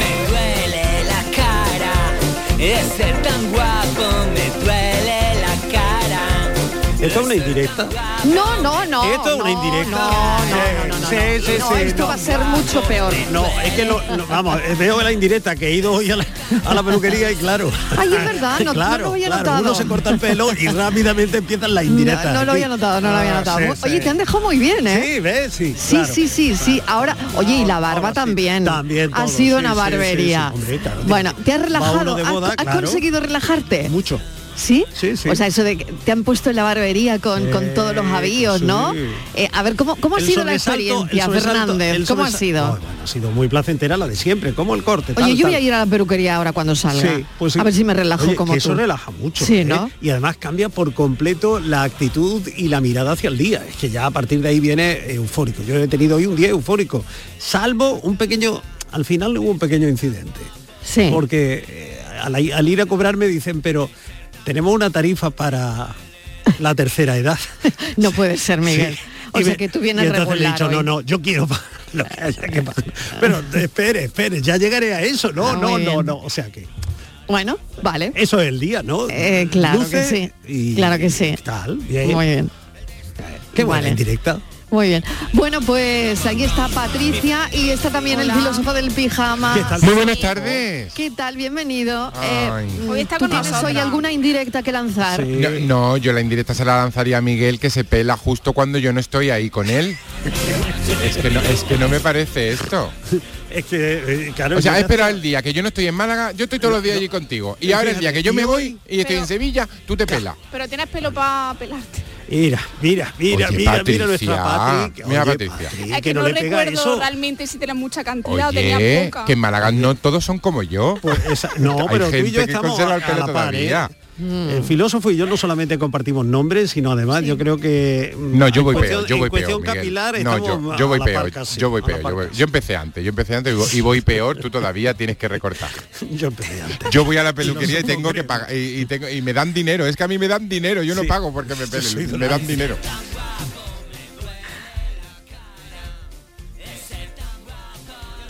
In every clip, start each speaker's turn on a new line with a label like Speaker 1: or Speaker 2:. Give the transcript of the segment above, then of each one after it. Speaker 1: Me duele la cara de ser tan guapo, me duele la cara.
Speaker 2: ¿Esto es una indirecta?
Speaker 3: No, no, no.
Speaker 2: ¿Esto es una
Speaker 3: no,
Speaker 2: indirecta?
Speaker 3: No, no, no, no, no,
Speaker 2: Sí,
Speaker 3: no.
Speaker 2: sí,
Speaker 3: No,
Speaker 2: sí,
Speaker 3: esto
Speaker 2: no,
Speaker 3: va a ser mucho peor.
Speaker 2: No, es que lo, lo- vamos, eh, veo la indirecta que he ido hoy a la, a la peluquería y claro.
Speaker 3: Ay, es verdad, no- no
Speaker 2: claro,
Speaker 3: lo había
Speaker 2: claro,
Speaker 3: notado.
Speaker 2: Uno se corta el pelo y rápidamente empiezan las indirectas.
Speaker 3: No lo había notado, no lo había
Speaker 2: Ah,
Speaker 3: notado.
Speaker 2: sí,
Speaker 3: Muy-
Speaker 2: sí.
Speaker 3: Oye, te han dejado muy bien, ¿eh?
Speaker 2: Sí, ves, sí.
Speaker 3: Sí,
Speaker 2: claro.
Speaker 3: sí, sí, sí. Ahora, oye, y la barba también.
Speaker 2: también
Speaker 3: ha
Speaker 2: todo,
Speaker 3: sido
Speaker 2: sí,
Speaker 3: una
Speaker 2: sí,
Speaker 3: barbería.
Speaker 2: sí, sí, hombre, claro.
Speaker 3: bueno, te has
Speaker 2: Va uno
Speaker 3: relajado.
Speaker 2: de
Speaker 3: ¿Has-
Speaker 2: boda,
Speaker 3: ¿Has,
Speaker 2: claro.
Speaker 3: conseguido relajarte?
Speaker 2: Mucho.
Speaker 3: ¿Sí?
Speaker 2: Sí, sí.
Speaker 3: O sea, eso de que te han puesto en la barbería con, con todos los avíos,
Speaker 2: sí.
Speaker 3: ¿no? Eh, a ver, ¿cómo, cómo ha
Speaker 2: El
Speaker 3: sido la
Speaker 2: sobresalto- el
Speaker 3: experiencia,
Speaker 2: sobresalto- el
Speaker 3: Fernández? ¿Cómo ha
Speaker 2: sobresal-
Speaker 3: sido?
Speaker 2: Ay, bueno, ha sido muy placentera la de siempre, como el corte.
Speaker 3: Oye,
Speaker 2: tal,
Speaker 3: yo voy
Speaker 2: tal.
Speaker 3: a ir a la peluquería ahora cuando salga.
Speaker 2: Sí, pues sí.
Speaker 3: A ver si me relajo
Speaker 2: Oye,
Speaker 3: como
Speaker 2: que
Speaker 3: tú.
Speaker 2: Eso relaja mucho.
Speaker 3: Sí,
Speaker 2: ¿eh?
Speaker 3: ¿no?
Speaker 2: Y además cambia por completo la actitud y la mirada hacia el día. Es que ya a partir de ahí viene eufórico. Yo he tenido hoy un día eufórico. Salvo un pequeño. Al final hubo un pequeño incidente.
Speaker 3: Sí.
Speaker 2: Porque eh, al, al ir a cobrar me dicen, pero tenemos una tarifa para la tercera edad.
Speaker 3: No puede ser, Miguel.
Speaker 2: Sí.
Speaker 3: O
Speaker 2: Y
Speaker 3: sea
Speaker 2: me-
Speaker 3: que tú vienes
Speaker 2: y entonces le he
Speaker 3: regular
Speaker 2: dicho,
Speaker 3: hoy.
Speaker 2: no, no, yo quiero pagar lo que haya que pagar. Pero espere, espere, ya llegaré a eso. No,
Speaker 3: Ah,
Speaker 2: no,
Speaker 3: muy
Speaker 2: no,
Speaker 3: bien.
Speaker 2: no. O sea que
Speaker 3: Bueno, vale.
Speaker 2: eso es el día, ¿no?
Speaker 3: Eh, claro
Speaker 2: Luces
Speaker 3: que sí.
Speaker 2: y-
Speaker 3: Claro que sí.
Speaker 2: Tal,
Speaker 3: Muy bien.
Speaker 2: Qué buena
Speaker 3: Vale.
Speaker 2: indirecta.
Speaker 3: Muy bien. Bueno, pues aquí está Patricia y está también el filósofo del pijama.
Speaker 2: ¿Qué tal?
Speaker 4: Muy buenas tardes.
Speaker 3: ¿Qué tal? Bienvenido.
Speaker 4: Ay.
Speaker 3: Eh,
Speaker 5: Hoy está
Speaker 3: ¿Tú
Speaker 5: con
Speaker 3: tienes
Speaker 5: nosotras.
Speaker 3: hoy alguna indirecta que lanzar?
Speaker 2: Sí.
Speaker 4: Yo- no, yo la indirecta se la lanzaría a Miguel que se pela justo cuando yo no estoy ahí con él. es, que no, es que no me parece esto.
Speaker 2: Es que, eh, claro,
Speaker 4: O sea,
Speaker 2: yo
Speaker 4: he
Speaker 2: ya-
Speaker 4: esperado el día que yo no estoy en Málaga, yo estoy todos los días allí contigo. Y ahora el día que yo me voy y estoy en Sevilla, tú te pelas.
Speaker 5: Pero tienes pelo para pelarte.
Speaker 2: Mira, mira,
Speaker 4: Oye,
Speaker 2: mira, mira, mira
Speaker 4: Patricia.
Speaker 2: nuestra Patri.
Speaker 4: Mira, Patricia.
Speaker 2: Patri,
Speaker 5: es que, no, recuerdo realmente si tenías mucha cantidad o tenías
Speaker 4: Oye,
Speaker 5: poca.
Speaker 4: que en Málaga no todos son como yo.
Speaker 2: Pues esa- no,
Speaker 4: Hay
Speaker 2: pero tú y
Speaker 4: gente
Speaker 2: yo
Speaker 4: que
Speaker 2: estamos
Speaker 4: conserva el
Speaker 2: a
Speaker 4: pelo
Speaker 2: la par, ¿eh?
Speaker 4: todavía.
Speaker 2: El filósofo y yo no solamente compartimos nombres, sino además yo creo que mm,
Speaker 4: No, yo
Speaker 2: en
Speaker 4: voy
Speaker 2: cuestión-
Speaker 4: peor, yo
Speaker 2: en
Speaker 4: voy
Speaker 2: cuestión
Speaker 4: peor, Miguel.
Speaker 2: capilar
Speaker 4: No,
Speaker 2: estamos
Speaker 4: yo, yo
Speaker 2: a
Speaker 4: voy
Speaker 2: la
Speaker 4: peor,
Speaker 2: par casi,
Speaker 4: yo voy
Speaker 2: a la
Speaker 4: peor,
Speaker 2: par
Speaker 4: yo, voy-
Speaker 2: casi.
Speaker 4: yo empecé antes, yo empecé antes y voy- y voy peor, tú todavía tienes que recortar.
Speaker 2: Yo empecé antes.
Speaker 4: Yo voy a la peluquería y,
Speaker 2: somos
Speaker 4: tengo que
Speaker 2: hombres.
Speaker 4: pagar y, y tengo- y me dan dinero, es que a mí me dan dinero, yo no pago porque me pelen,
Speaker 2: soy
Speaker 4: me dan dinero.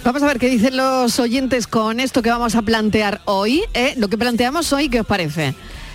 Speaker 3: Vamos a ver qué dicen los oyentes con esto que vamos a plantear hoy. ¿eh? Lo que planteamos hoy, ¿qué os parece?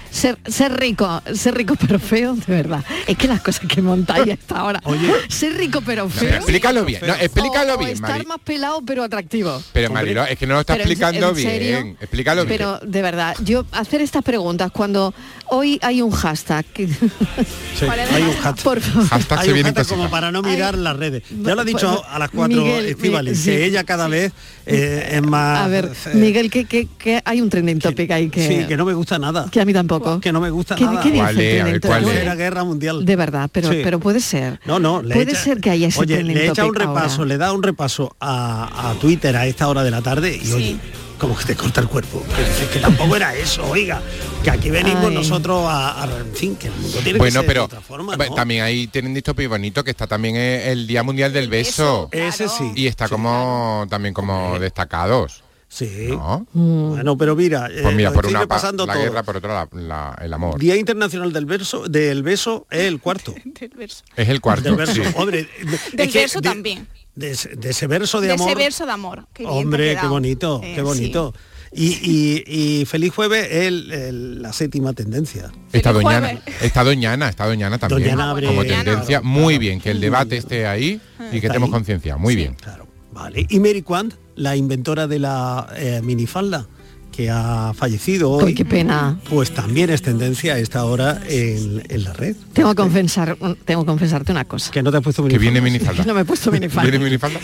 Speaker 3: Ser, ser rico, ser rico pero feo, de verdad. Es que las cosas que montáis hasta ahora.
Speaker 2: Oye.
Speaker 3: ser rico pero
Speaker 4: No, pero
Speaker 3: feo.
Speaker 4: explícalo bien, no,
Speaker 3: o-
Speaker 4: explícalo
Speaker 3: o
Speaker 4: bien,
Speaker 3: estar
Speaker 4: Mari.
Speaker 3: más pelado pero atractivo.
Speaker 4: Pero Marilo, es que no lo está
Speaker 3: Pero en-
Speaker 4: explicando
Speaker 3: en serio,
Speaker 4: bien, explícalo bien.
Speaker 3: Pero de verdad, yo hacer estas preguntas cuando hoy hay un hashtag. que-
Speaker 2: Sí,
Speaker 5: ¿Cuál era
Speaker 2: hay
Speaker 5: la-
Speaker 2: un hat.
Speaker 3: por favor.
Speaker 4: Hashtag
Speaker 2: Hay
Speaker 4: se
Speaker 2: un
Speaker 4: vienen
Speaker 2: hashtag como
Speaker 4: cositas.
Speaker 2: para no mirar
Speaker 3: Ay,
Speaker 2: las redes. Ya lo ha
Speaker 3: bueno,
Speaker 2: dicho a, a las cuatro
Speaker 3: Miguel,
Speaker 2: Estíbaliz,
Speaker 3: Miguel,
Speaker 2: que
Speaker 3: sí.
Speaker 2: ella cada vez eh, es más...
Speaker 3: A ver,
Speaker 2: eh,
Speaker 3: Miguel, que, que- que hay un trending topic ahí que,
Speaker 2: Sí, que no me gusta nada.
Speaker 3: que a mí tampoco.
Speaker 2: Que no me gusta
Speaker 3: ¿Qué-
Speaker 2: nada.
Speaker 3: qué dice
Speaker 4: ¿Cuál es?
Speaker 3: el
Speaker 4: A ver,
Speaker 3: trending
Speaker 4: ¿cuál
Speaker 3: topic?
Speaker 4: es?
Speaker 2: Tercera Guerra Mundial.
Speaker 3: De verdad, pero,
Speaker 2: Sí.
Speaker 3: pero puede ser.
Speaker 2: No, no. le
Speaker 3: Puede
Speaker 2: echa-
Speaker 3: ser que haya ese
Speaker 2: Oye,
Speaker 3: trending
Speaker 2: le echa un
Speaker 3: topic ahora.
Speaker 2: repaso, le da un repaso a, a Twitter a esta hora de la tarde y oye, como que te corta el cuerpo. Que dices que tampoco era eso, oiga. Que aquí venimos
Speaker 3: Ay.
Speaker 2: nosotros a, a- En fin, que el mundo tiene
Speaker 4: Bueno,
Speaker 2: que ser de
Speaker 4: pero
Speaker 2: otra forma,
Speaker 4: pues,
Speaker 2: ¿no?
Speaker 4: también ahí tienen dicho y bonito que está también eh, el Día Mundial del Beso.
Speaker 2: Ese sí.
Speaker 4: Y está como también como destacados.
Speaker 2: Sí.
Speaker 4: ¿no?
Speaker 2: Bueno, pero mira, eh,
Speaker 4: Pues mira,
Speaker 2: lo
Speaker 4: por
Speaker 2: estoy
Speaker 4: una pa-
Speaker 2: repasando
Speaker 4: la
Speaker 2: todo.
Speaker 4: guerra, por otra la- la- el amor.
Speaker 2: Día Internacional del Verso, del Beso es el cuarto.
Speaker 5: Del verso.
Speaker 4: Es el
Speaker 2: Del
Speaker 4: cuarto.
Speaker 2: verso,
Speaker 4: sí.
Speaker 2: hombre,
Speaker 5: Del
Speaker 2: es que
Speaker 5: verso
Speaker 2: de-
Speaker 5: también.
Speaker 2: De, ese- de ese verso de,
Speaker 5: De
Speaker 2: amor.
Speaker 5: ese verso de amor. Qué bien te ha
Speaker 2: hombre, qué
Speaker 5: quedado.
Speaker 2: bonito,
Speaker 5: Eh,
Speaker 2: qué bonito. Y, y- y feliz jueves es el- el- la séptima tendencia.
Speaker 4: Está
Speaker 5: Feliz
Speaker 4: Doñana,
Speaker 5: jueves.
Speaker 4: está Doñana, está Doñana también.
Speaker 2: Doñana abre-
Speaker 4: como
Speaker 5: Doñana.
Speaker 4: tendencia. Muy bien, que el debate esté ahí y que
Speaker 2: Ah. Está
Speaker 4: estemos
Speaker 2: ahí.
Speaker 4: conciencia. Muy bien.
Speaker 2: Claro, vale. Y Mary Quant, la inventora de la eh, minifalda, que ha fallecido hoy,
Speaker 3: Ay, qué pena.
Speaker 2: pues también es tendencia a esta hora en, en la red. ¿Eh?
Speaker 3: Tengo que, confesar, tengo que confesarte una cosa.
Speaker 2: Que no te has puesto
Speaker 4: Que viene
Speaker 3: Que
Speaker 4: minifalda.
Speaker 3: No me he puesto minifalda.
Speaker 4: ¿Viene minifalda?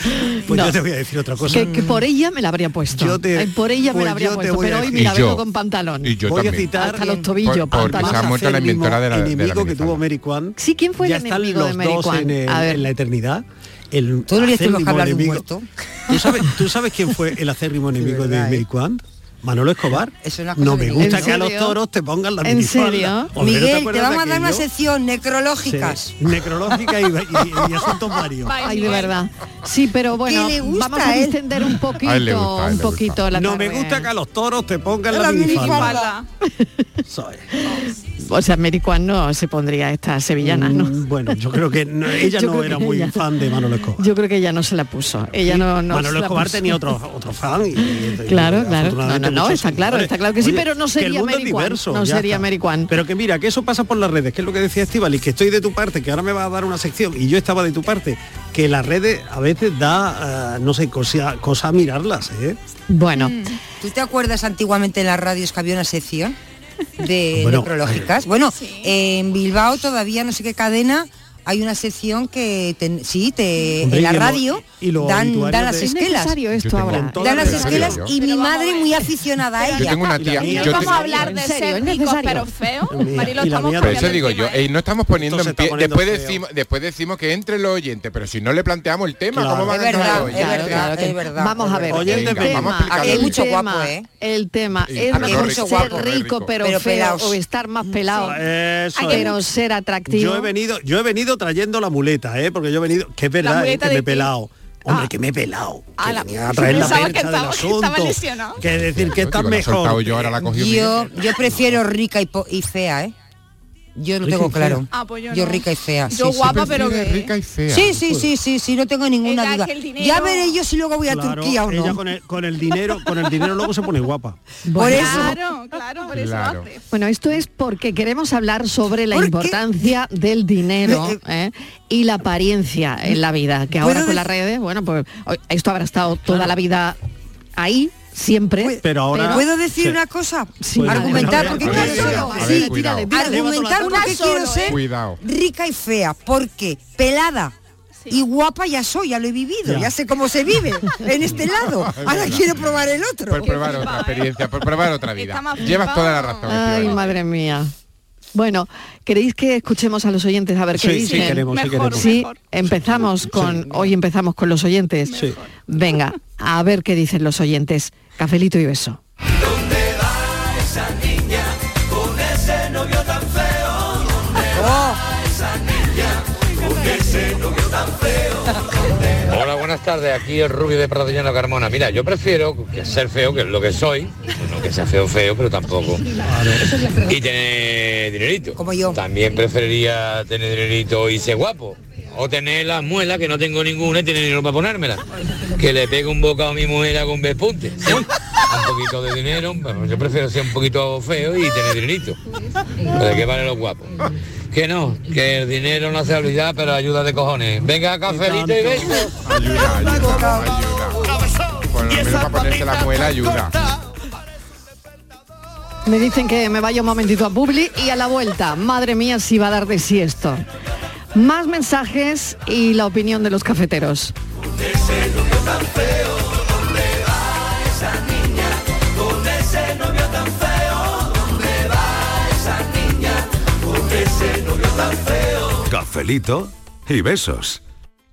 Speaker 2: Pues
Speaker 3: No.
Speaker 2: yo te voy a decir otra cosa.
Speaker 3: Que, que por ella me la habría puesto.
Speaker 2: Yo te-
Speaker 3: Ay, por ella me
Speaker 2: pues
Speaker 3: la habría
Speaker 2: yo te
Speaker 3: puesto,
Speaker 2: voy a
Speaker 3: pero hoy
Speaker 2: decir-
Speaker 3: me la
Speaker 4: Y yo.
Speaker 3: veo con pantalón.
Speaker 4: Y yo
Speaker 2: Voy a
Speaker 4: también.
Speaker 2: citar-
Speaker 3: Hasta los tobillos,
Speaker 4: Por- porque
Speaker 2: Vas
Speaker 4: se ha
Speaker 2: a
Speaker 3: pantalón.
Speaker 4: muerto
Speaker 2: hacer
Speaker 4: la
Speaker 2: el mismo
Speaker 4: inventora de la- de la
Speaker 2: enemigo que
Speaker 4: minifalda.
Speaker 2: tuvo Mary Kwan.
Speaker 3: Sí, ¿quién fue el
Speaker 2: ya están
Speaker 3: enemigo de
Speaker 2: los
Speaker 3: Mary
Speaker 2: dos
Speaker 3: Kwan?
Speaker 2: en, el-
Speaker 3: A ver.
Speaker 2: en la eternidad. El
Speaker 6: Todos los días tenemos que
Speaker 2: acérrimo
Speaker 6: hablar de un
Speaker 2: enemigo-
Speaker 6: muerto.
Speaker 2: ¿Tú sabes, ¿Tú sabes quién fue el acérrimo enemigo de
Speaker 6: verdad,
Speaker 2: Mary
Speaker 6: ¿eh?
Speaker 2: Kwan? Manolo Escobar.
Speaker 6: Eso es una cosa
Speaker 2: no me
Speaker 6: que-
Speaker 2: gusta
Speaker 3: ¿En
Speaker 2: que a los
Speaker 3: serio?
Speaker 2: toros te pongan la
Speaker 3: ¿En
Speaker 2: minifalda.
Speaker 3: serio?
Speaker 2: Hombre, ¿no
Speaker 6: Miguel, te
Speaker 2: acuerdas
Speaker 6: vamos a dar
Speaker 2: de
Speaker 6: una
Speaker 2: aquello? Eh,
Speaker 6: sección necrológicas.
Speaker 2: Sí, necrológica y, y- y asuntos varios.
Speaker 7: Vaya,
Speaker 3: Ay, de
Speaker 7: Miguel.
Speaker 3: verdad. Sí, pero bueno,
Speaker 6: le gusta
Speaker 3: vamos a
Speaker 6: a él.
Speaker 3: distender un poquito,
Speaker 4: A él le gusta, a él
Speaker 3: un
Speaker 4: le gusta.
Speaker 3: poquito la
Speaker 2: No me
Speaker 3: tarde.
Speaker 2: gusta que a los toros te pongan la,
Speaker 6: La
Speaker 2: minifalda.
Speaker 7: Falda.
Speaker 2: Eso es.
Speaker 3: O sea, Mary Kwan no se pondría esta sevillana, ¿no?
Speaker 2: Mm, Bueno, yo creo que no- ella
Speaker 3: Yo
Speaker 2: no
Speaker 3: creo que
Speaker 2: era muy
Speaker 3: ella-
Speaker 2: fan de Manolo Escobar.
Speaker 3: Yo creo que ella no se la puso. Ella no, no se
Speaker 2: Manolo
Speaker 3: la
Speaker 2: Escobar
Speaker 3: puso.
Speaker 2: tenía otro, otro fan. y- y-
Speaker 3: Claro,
Speaker 2: y
Speaker 3: claro.
Speaker 2: afortunadamente
Speaker 3: No, no, no,
Speaker 2: muchos
Speaker 3: está claro,
Speaker 2: seguidores.
Speaker 3: está claro que sí, pero no
Speaker 2: que el
Speaker 3: sería
Speaker 2: mundo es
Speaker 3: Mary Kwan,
Speaker 2: diverso,
Speaker 3: no
Speaker 2: ya
Speaker 3: sería
Speaker 2: está.
Speaker 3: Mary Kwan.
Speaker 2: Pero que mira, que eso pasa por las redes, que es lo que decía Estivalis, que estoy de tu parte, que ahora me vas a dar una sección y yo estaba de tu parte, que las redes a veces da, ah, no sé, cosa, cosa a mirarlas, ¿eh?
Speaker 3: Bueno,
Speaker 6: Mm. ¿Tú te acuerdas antiguamente en las radios que había una sección de
Speaker 2: Bueno,
Speaker 6: necrológicas? Bueno, en Bilbao todavía no sé qué cadena hay una sección que te- sí, te, en
Speaker 2: Hombre, y
Speaker 6: la
Speaker 2: lo-
Speaker 6: radio
Speaker 2: y los
Speaker 6: dan,
Speaker 2: obituarios
Speaker 6: dan
Speaker 2: de-
Speaker 6: las
Speaker 2: Es
Speaker 3: es
Speaker 6: esquelas.
Speaker 3: necesario esto
Speaker 4: tengo
Speaker 3: ahora.
Speaker 4: un tono
Speaker 6: Dan las
Speaker 4: Pero-
Speaker 6: esquelas
Speaker 4: pero-
Speaker 6: y mi
Speaker 7: pero vamos
Speaker 6: madre
Speaker 7: a ver.
Speaker 6: muy aficionada a
Speaker 4: Yo
Speaker 6: ella.
Speaker 4: tengo una
Speaker 2: Y la
Speaker 4: tía.
Speaker 2: mía.
Speaker 4: Yo
Speaker 7: Vamos
Speaker 4: tengo-
Speaker 7: a hablar de
Speaker 3: ¿En serio?
Speaker 7: ser
Speaker 3: ¿Es
Speaker 7: ricos
Speaker 3: necesario?
Speaker 7: pero feos.
Speaker 2: Mira,
Speaker 7: Marilo,
Speaker 2: y la
Speaker 7: estamos
Speaker 2: mía
Speaker 4: Pero
Speaker 2: Pero
Speaker 4: eso
Speaker 7: cambiando
Speaker 4: digo
Speaker 7: el
Speaker 4: yo,
Speaker 7: tema, ¿eh?
Speaker 4: ey, no estamos poniendo
Speaker 2: Esto se
Speaker 4: en
Speaker 2: está
Speaker 4: pie,
Speaker 2: poniendo
Speaker 4: después
Speaker 2: feo.
Speaker 4: decimos, después decimos que entre los oyentes, pero si no le planteamos el tema,
Speaker 2: Claro.
Speaker 4: ¿cómo van a
Speaker 6: Es
Speaker 4: entrar
Speaker 6: verdad,
Speaker 4: los
Speaker 6: es
Speaker 4: oyentes?
Speaker 6: verdad.
Speaker 3: Vamos a ver.
Speaker 2: Oye,
Speaker 3: el
Speaker 2: Venga,
Speaker 3: tema,
Speaker 2: vamos
Speaker 4: a explicarlo.
Speaker 3: el
Speaker 6: Mucho
Speaker 3: tema,
Speaker 6: guapo, ¿eh?
Speaker 3: El tema
Speaker 4: Sí,
Speaker 3: es
Speaker 4: pero
Speaker 6: no
Speaker 3: mejor
Speaker 6: rico,
Speaker 3: ser
Speaker 6: guapo,
Speaker 4: pero
Speaker 3: rico,
Speaker 4: rico.
Speaker 3: pero,
Speaker 6: Pero
Speaker 3: feo
Speaker 6: pelaos.
Speaker 3: o estar más pelado.
Speaker 2: Eso es.
Speaker 3: Pero ser atractivo.
Speaker 2: Yo he venido, yo he venido trayendo la muleta, ¿eh? Porque yo he venido, que es verdad, ¿eh?
Speaker 7: muleta
Speaker 2: que
Speaker 7: de
Speaker 2: me he
Speaker 7: ti.
Speaker 2: pelado. Hombre,
Speaker 3: Ah.
Speaker 2: que me he pelado.
Speaker 3: Ah,
Speaker 2: Que
Speaker 3: la-
Speaker 2: venía a traer la
Speaker 7: Pensaba que
Speaker 2: percha del
Speaker 7: estaba- que estaba
Speaker 2: asunto.
Speaker 7: lesionado.
Speaker 2: Que decir que
Speaker 4: Yo
Speaker 2: estás
Speaker 4: digo, la he soltado
Speaker 2: mejor.
Speaker 4: yo, ahora la ha cogido
Speaker 6: Yo,
Speaker 4: Miguel.
Speaker 6: yo prefiero rica y, po- y fea, ¿eh? Yo lo
Speaker 2: Rica y
Speaker 6: tengo
Speaker 2: fea.
Speaker 6: claro.
Speaker 7: Ah, pues yo no.
Speaker 6: rica y fea.
Speaker 7: Yo
Speaker 6: sí, sí.
Speaker 7: guapa, pero
Speaker 4: Prefiere
Speaker 7: que-
Speaker 4: rica y fea.
Speaker 6: Sí, sí, sí, sí, sí, no tengo ninguna
Speaker 7: Ella,
Speaker 6: duda.
Speaker 7: que el dinero-
Speaker 6: Ya veré yo si luego voy a
Speaker 2: Claro,
Speaker 6: Turquía o
Speaker 2: ella
Speaker 6: no.
Speaker 2: con el, con el dinero, con el dinero luego se pone guapa.
Speaker 6: Por eso.
Speaker 7: Claro, claro, por eso
Speaker 4: Claro.
Speaker 7: lo hace.
Speaker 3: Bueno, esto es porque queremos hablar sobre la
Speaker 6: ¿Por qué?
Speaker 3: importancia del dinero ¿eh? y la apariencia en la vida, que ahora
Speaker 6: ¿Puedo
Speaker 3: con las
Speaker 6: dec-
Speaker 3: redes, bueno, pues hoy- esto habrá estado toda la vida ahí, siempre.
Speaker 2: Pero ahora-
Speaker 6: Pues, ¿Puedo decir
Speaker 2: Sí.
Speaker 6: una cosa?
Speaker 3: Sí,
Speaker 2: Pues,
Speaker 6: argumentar
Speaker 2: bueno,
Speaker 6: porque
Speaker 2: a ver,
Speaker 6: quiero
Speaker 2: a ver,
Speaker 6: ser-
Speaker 2: a ver,
Speaker 6: sí,
Speaker 4: cuidado.
Speaker 6: argumentar
Speaker 2: Una
Speaker 6: porque
Speaker 7: sola,
Speaker 6: quiero
Speaker 7: ¿eh?
Speaker 6: ser
Speaker 4: Cuidado.
Speaker 6: rica y fea, porque pelada y guapa ya soy, ya lo he vivido,
Speaker 2: Ya.
Speaker 6: ya, sé cómo se vive en este lado. Ahora quiero probar el otro.
Speaker 4: Por probar otra
Speaker 7: flipado, ¿eh?
Speaker 4: experiencia, por probar otra vida.
Speaker 7: Está más
Speaker 4: Llevas
Speaker 7: flipado.
Speaker 4: toda la razón.
Speaker 3: Ay,
Speaker 4: Estíbaliz.
Speaker 3: madre mía. Bueno, ¿queréis que escuchemos a los oyentes a ver qué
Speaker 2: Sí, sí,
Speaker 3: dicen?
Speaker 2: queremos, sí,
Speaker 7: Mejor,
Speaker 2: queremos.
Speaker 3: Sí,
Speaker 7: mejor.
Speaker 3: empezamos con hoy empezamos con los oyentes.
Speaker 2: Sí.
Speaker 3: Venga, a ver qué dicen los oyentes. Cafelito y beso.
Speaker 6: Oh.
Speaker 8: Hola, buenas tardes. Aquí el rubio de Pratellano Carmona. Mira, yo prefiero que ser feo, que es lo que soy. No que sea feo, feo, pero tampoco. Y tener dinerito.
Speaker 6: Como yo.
Speaker 8: También preferiría tener dinerito y ser guapo. O tener las muelas, que no tengo ninguna, y tener dinero para ponérmela. Que le pegue un bocado a mi mujer con vespunte. ¿sí? Un poquito de dinero. bueno, yo prefiero ser un poquito feo y tener dinerito. ¿De qué vale los guapos? Que no, que el dinero no hace habilidad, pero ayuda de cojones. Venga, cafelito y besos.
Speaker 4: Ayuda, ayuda, ayuda. Por lo menos para ponerse la muela ayuda.
Speaker 3: Me dicen que me vaya un momentito a Publi y a la vuelta. Madre mía, si va a dar de sí esto. Más mensajes y la opinión de los cafeteros.
Speaker 1: Cafelito y besos.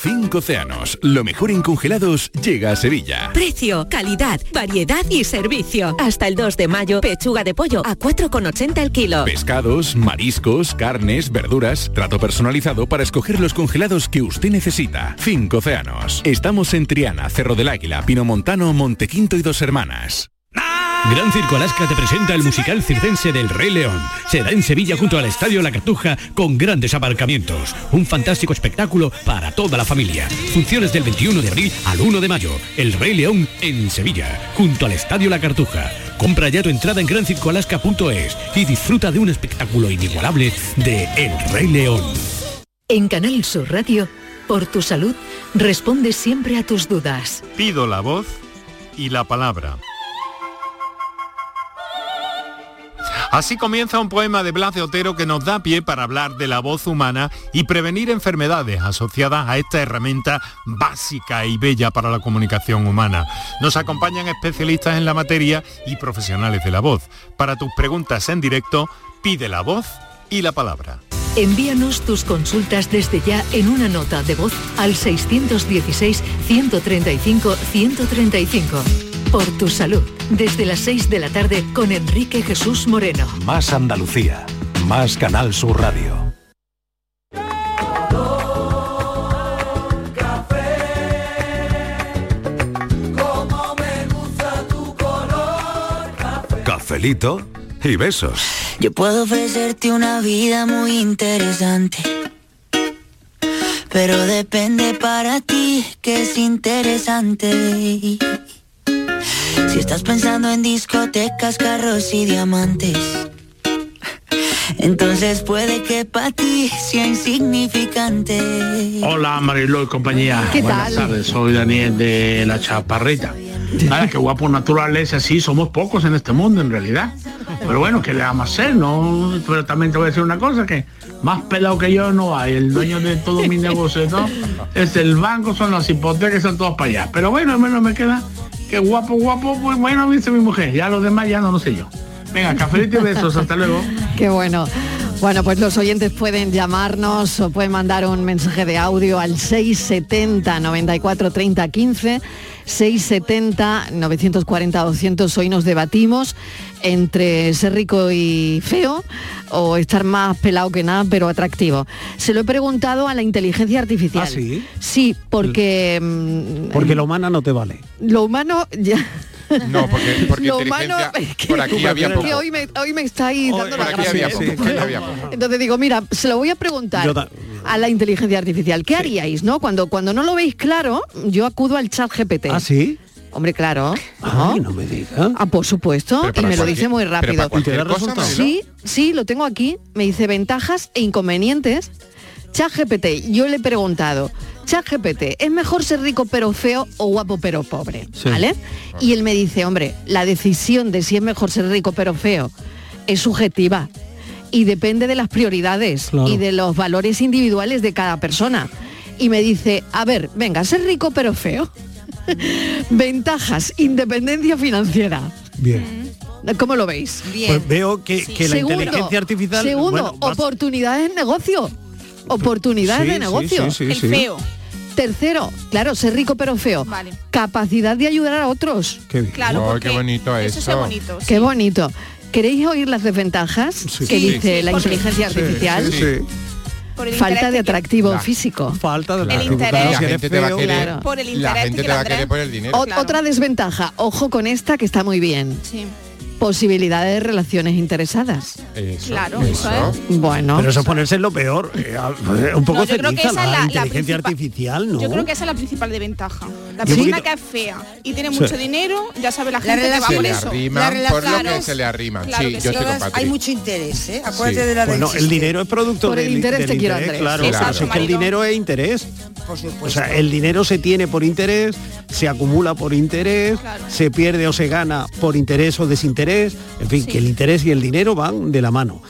Speaker 9: Cinco océanos, lo mejor en congelados llega a Sevilla.
Speaker 10: Precio, calidad, variedad y servicio. Hasta el 2 de mayo, pechuga de pollo a 4,80 el kilo.
Speaker 9: Pescados, mariscos, carnes, verduras, trato personalizado para escoger los congelados que usted necesita. Cinco océanos. Estamos en Triana, Cerro del Águila, Pinomontano, Montequinto y Dos Hermanas.
Speaker 11: Gran Circo Alaska te presenta el musical circense del Rey León. Será en Sevilla junto al Estadio La Cartuja con grandes aparcamientos. Un fantástico espectáculo para toda la familia. Funciones del 21 de abril al 1 de mayo. El Rey León en Sevilla junto al Estadio La Cartuja. Compra ya tu entrada en grancircoalaska.es y disfruta de un espectáculo inigualable de El Rey León.
Speaker 12: En Canal Sur Radio, por tu salud, responde siempre a tus dudas.
Speaker 13: Pido la voz y la palabra. Así comienza un poema de Blas de Otero que nos da pie para hablar de la voz humana y prevenir enfermedades asociadas a esta herramienta básica y bella para la comunicación humana. Nos acompañan especialistas en la materia y profesionales de la voz. Para tus preguntas en directo, pide la voz y la palabra.
Speaker 12: Envíanos tus consultas desde ya en una nota de voz al 616-135-135. Por tu salud, desde las 6 de la tarde con Enrique Jesús Moreno.
Speaker 14: Más Andalucía, más Canal Sur Radio. Cafelito y besos.
Speaker 15: Yo puedo ofrecerte una vida muy interesante. Pero depende para ti que es interesante. Si estás pensando en discotecas, carros y diamantes, entonces puede que para ti sea insignificante.
Speaker 16: Hola Mariló y compañía.
Speaker 15: ¿Qué
Speaker 16: Buenas
Speaker 15: tal?
Speaker 16: tardes, soy Daniel de La Chaparrita. Nada, qué guapo naturaleza, sí, somos pocos en este mundo en realidad. Pero bueno, que le vamos a hacer? No, pero también te voy a decir una cosa, que más pelado que yo no hay. El dueño de todo mi negocio y todo es el banco, son las hipotecas, son todos para allá. Pero bueno, al menos me queda que guapo, guapo, pues bueno, dice mi mujer. Ya los demás ya no lo sé yo. Venga, cafelito y besos, hasta luego.
Speaker 3: Qué bueno. Bueno, pues los oyentes pueden llamarnos o pueden mandar un mensaje de audio al 670 94 30 15, 670 940 200. Hoy nos debatimos entre ser rico y feo o estar más pelado que nada, pero atractivo. Se lo he preguntado a la inteligencia artificial.
Speaker 2: ¿Ah, sí?
Speaker 3: Sí, porque mm,
Speaker 2: Porque la humana no te vale.
Speaker 3: lo humano ya...
Speaker 4: No, porque, porque
Speaker 3: Lo
Speaker 4: inteligencia-
Speaker 3: humano es que,
Speaker 4: por aquí había
Speaker 3: es
Speaker 4: poco.
Speaker 3: que hoy, me, hoy me estáis
Speaker 4: por
Speaker 3: dando la
Speaker 4: aquí
Speaker 3: gracia.
Speaker 4: había poco, por aquí había poco.
Speaker 3: Entonces digo, mira, se lo voy a
Speaker 4: Yo
Speaker 3: preguntar
Speaker 4: ta-
Speaker 3: a la inteligencia artificial. ¿Qué haríais, no? Cuando, cuando no lo veis claro, yo acudo al chat GPT. ¿Ah,
Speaker 2: sí?
Speaker 3: Hombre, claro.
Speaker 2: no me digas.
Speaker 3: Ah, por supuesto,
Speaker 2: Pero
Speaker 3: y
Speaker 2: para
Speaker 3: me lo
Speaker 2: cualquier-
Speaker 3: dice muy
Speaker 2: pero
Speaker 3: rápido.
Speaker 2: para cualquier ¿Y te da cosa, resultado?
Speaker 3: Sí, sí, lo tengo aquí. Me dice ventajas e inconvenientes. Chat GPT, yo le he preguntado, Chat GPT, ¿es mejor ser rico pero feo o guapo pero pobre?
Speaker 5: Sí.
Speaker 3: ¿Vale? Y él me dice, hombre, la decisión de si es mejor ser rico pero feo es subjetiva y depende de las prioridades
Speaker 5: Claro.
Speaker 3: y de los valores individuales de cada persona. Y me dice, a ver, venga, ser rico pero feo. Ventajas, independencia financiera.
Speaker 2: Bien.
Speaker 3: ¿Cómo lo veis?
Speaker 2: Pues veo que, que la
Speaker 3: Mm, Segundo,
Speaker 2: inteligencia artificial...
Speaker 3: Segundo,
Speaker 2: bueno, vas-
Speaker 3: oportunidades de negocio. Oportunidades
Speaker 2: Sí,
Speaker 3: de
Speaker 2: sí,
Speaker 3: negocio.
Speaker 2: sí, sí, El sí. feo.
Speaker 3: Tercero, claro, ser rico pero feo. Capacidad de ayudar a otros.
Speaker 2: Qué bien.
Speaker 3: Claro,
Speaker 4: Oh,
Speaker 3: porque
Speaker 4: qué bonito eso.
Speaker 2: Ah.
Speaker 3: Qué bonito. ¿Queréis oír las desventajas que
Speaker 2: Sí.
Speaker 3: dice
Speaker 2: Sí,
Speaker 3: la
Speaker 2: porque-
Speaker 3: inteligencia
Speaker 2: sí,
Speaker 3: artificial?
Speaker 2: sí, sí.
Speaker 17: Por el
Speaker 3: Falta
Speaker 17: interés
Speaker 3: de
Speaker 17: que-
Speaker 3: atractivo
Speaker 17: Claro.
Speaker 3: físico.
Speaker 2: Falta de
Speaker 17: El interés.
Speaker 2: Claro,
Speaker 4: La
Speaker 2: si eres
Speaker 4: gente te va a
Speaker 2: feo-
Speaker 4: querer.
Speaker 3: Claro.
Speaker 17: Por el
Speaker 4: la
Speaker 17: interés
Speaker 4: gente
Speaker 17: que
Speaker 4: te va a
Speaker 17: tendrá.
Speaker 4: querer por el dinero.
Speaker 3: Ot- Otra desventaja, ojo con esta que está muy bien.
Speaker 17: Sí.
Speaker 3: posibilidades de relaciones interesadas.
Speaker 5: Claro, eso es.
Speaker 3: Bueno.
Speaker 2: Pero eso es ponerse lo peor. eh, a- eh, un poco
Speaker 5: No, yo creo que esa
Speaker 2: ceniza,
Speaker 5: es
Speaker 2: la,
Speaker 5: la- la
Speaker 2: inteligencia
Speaker 5: principal-
Speaker 2: artificial, ¿no?
Speaker 5: Yo creo que esa es la principal desventaja. La
Speaker 2: Sí.
Speaker 5: persona que es fea y tiene
Speaker 2: Sí.
Speaker 5: mucho dinero, ya sabe la gente que va
Speaker 4: se
Speaker 5: por
Speaker 4: le
Speaker 5: eso.
Speaker 4: arriman
Speaker 5: La
Speaker 4: por lo que
Speaker 5: relaciones-
Speaker 4: se le arriman.
Speaker 5: claro
Speaker 4: sí, yo
Speaker 5: que sí.
Speaker 4: estoy con
Speaker 5: Todas- hay
Speaker 4: Patri.
Speaker 6: mucho interés, ¿eh? Acuérdate
Speaker 4: Sí.
Speaker 6: de la del
Speaker 2: Bueno, el
Speaker 6: chiste.
Speaker 2: dinero es producto
Speaker 6: Por el
Speaker 2: del,
Speaker 6: interés
Speaker 2: del
Speaker 6: te quiero, Andrés.
Speaker 2: Claro,
Speaker 6: Exacto,
Speaker 2: claro. Es que el
Speaker 6: marido.
Speaker 2: dinero es interés.
Speaker 6: Por supuesto.
Speaker 2: O sea, el dinero se tiene por interés, se acumula por interés, se pierde o se gana por interés o desinterés. En fin, que el interés y el dinero van de la mano.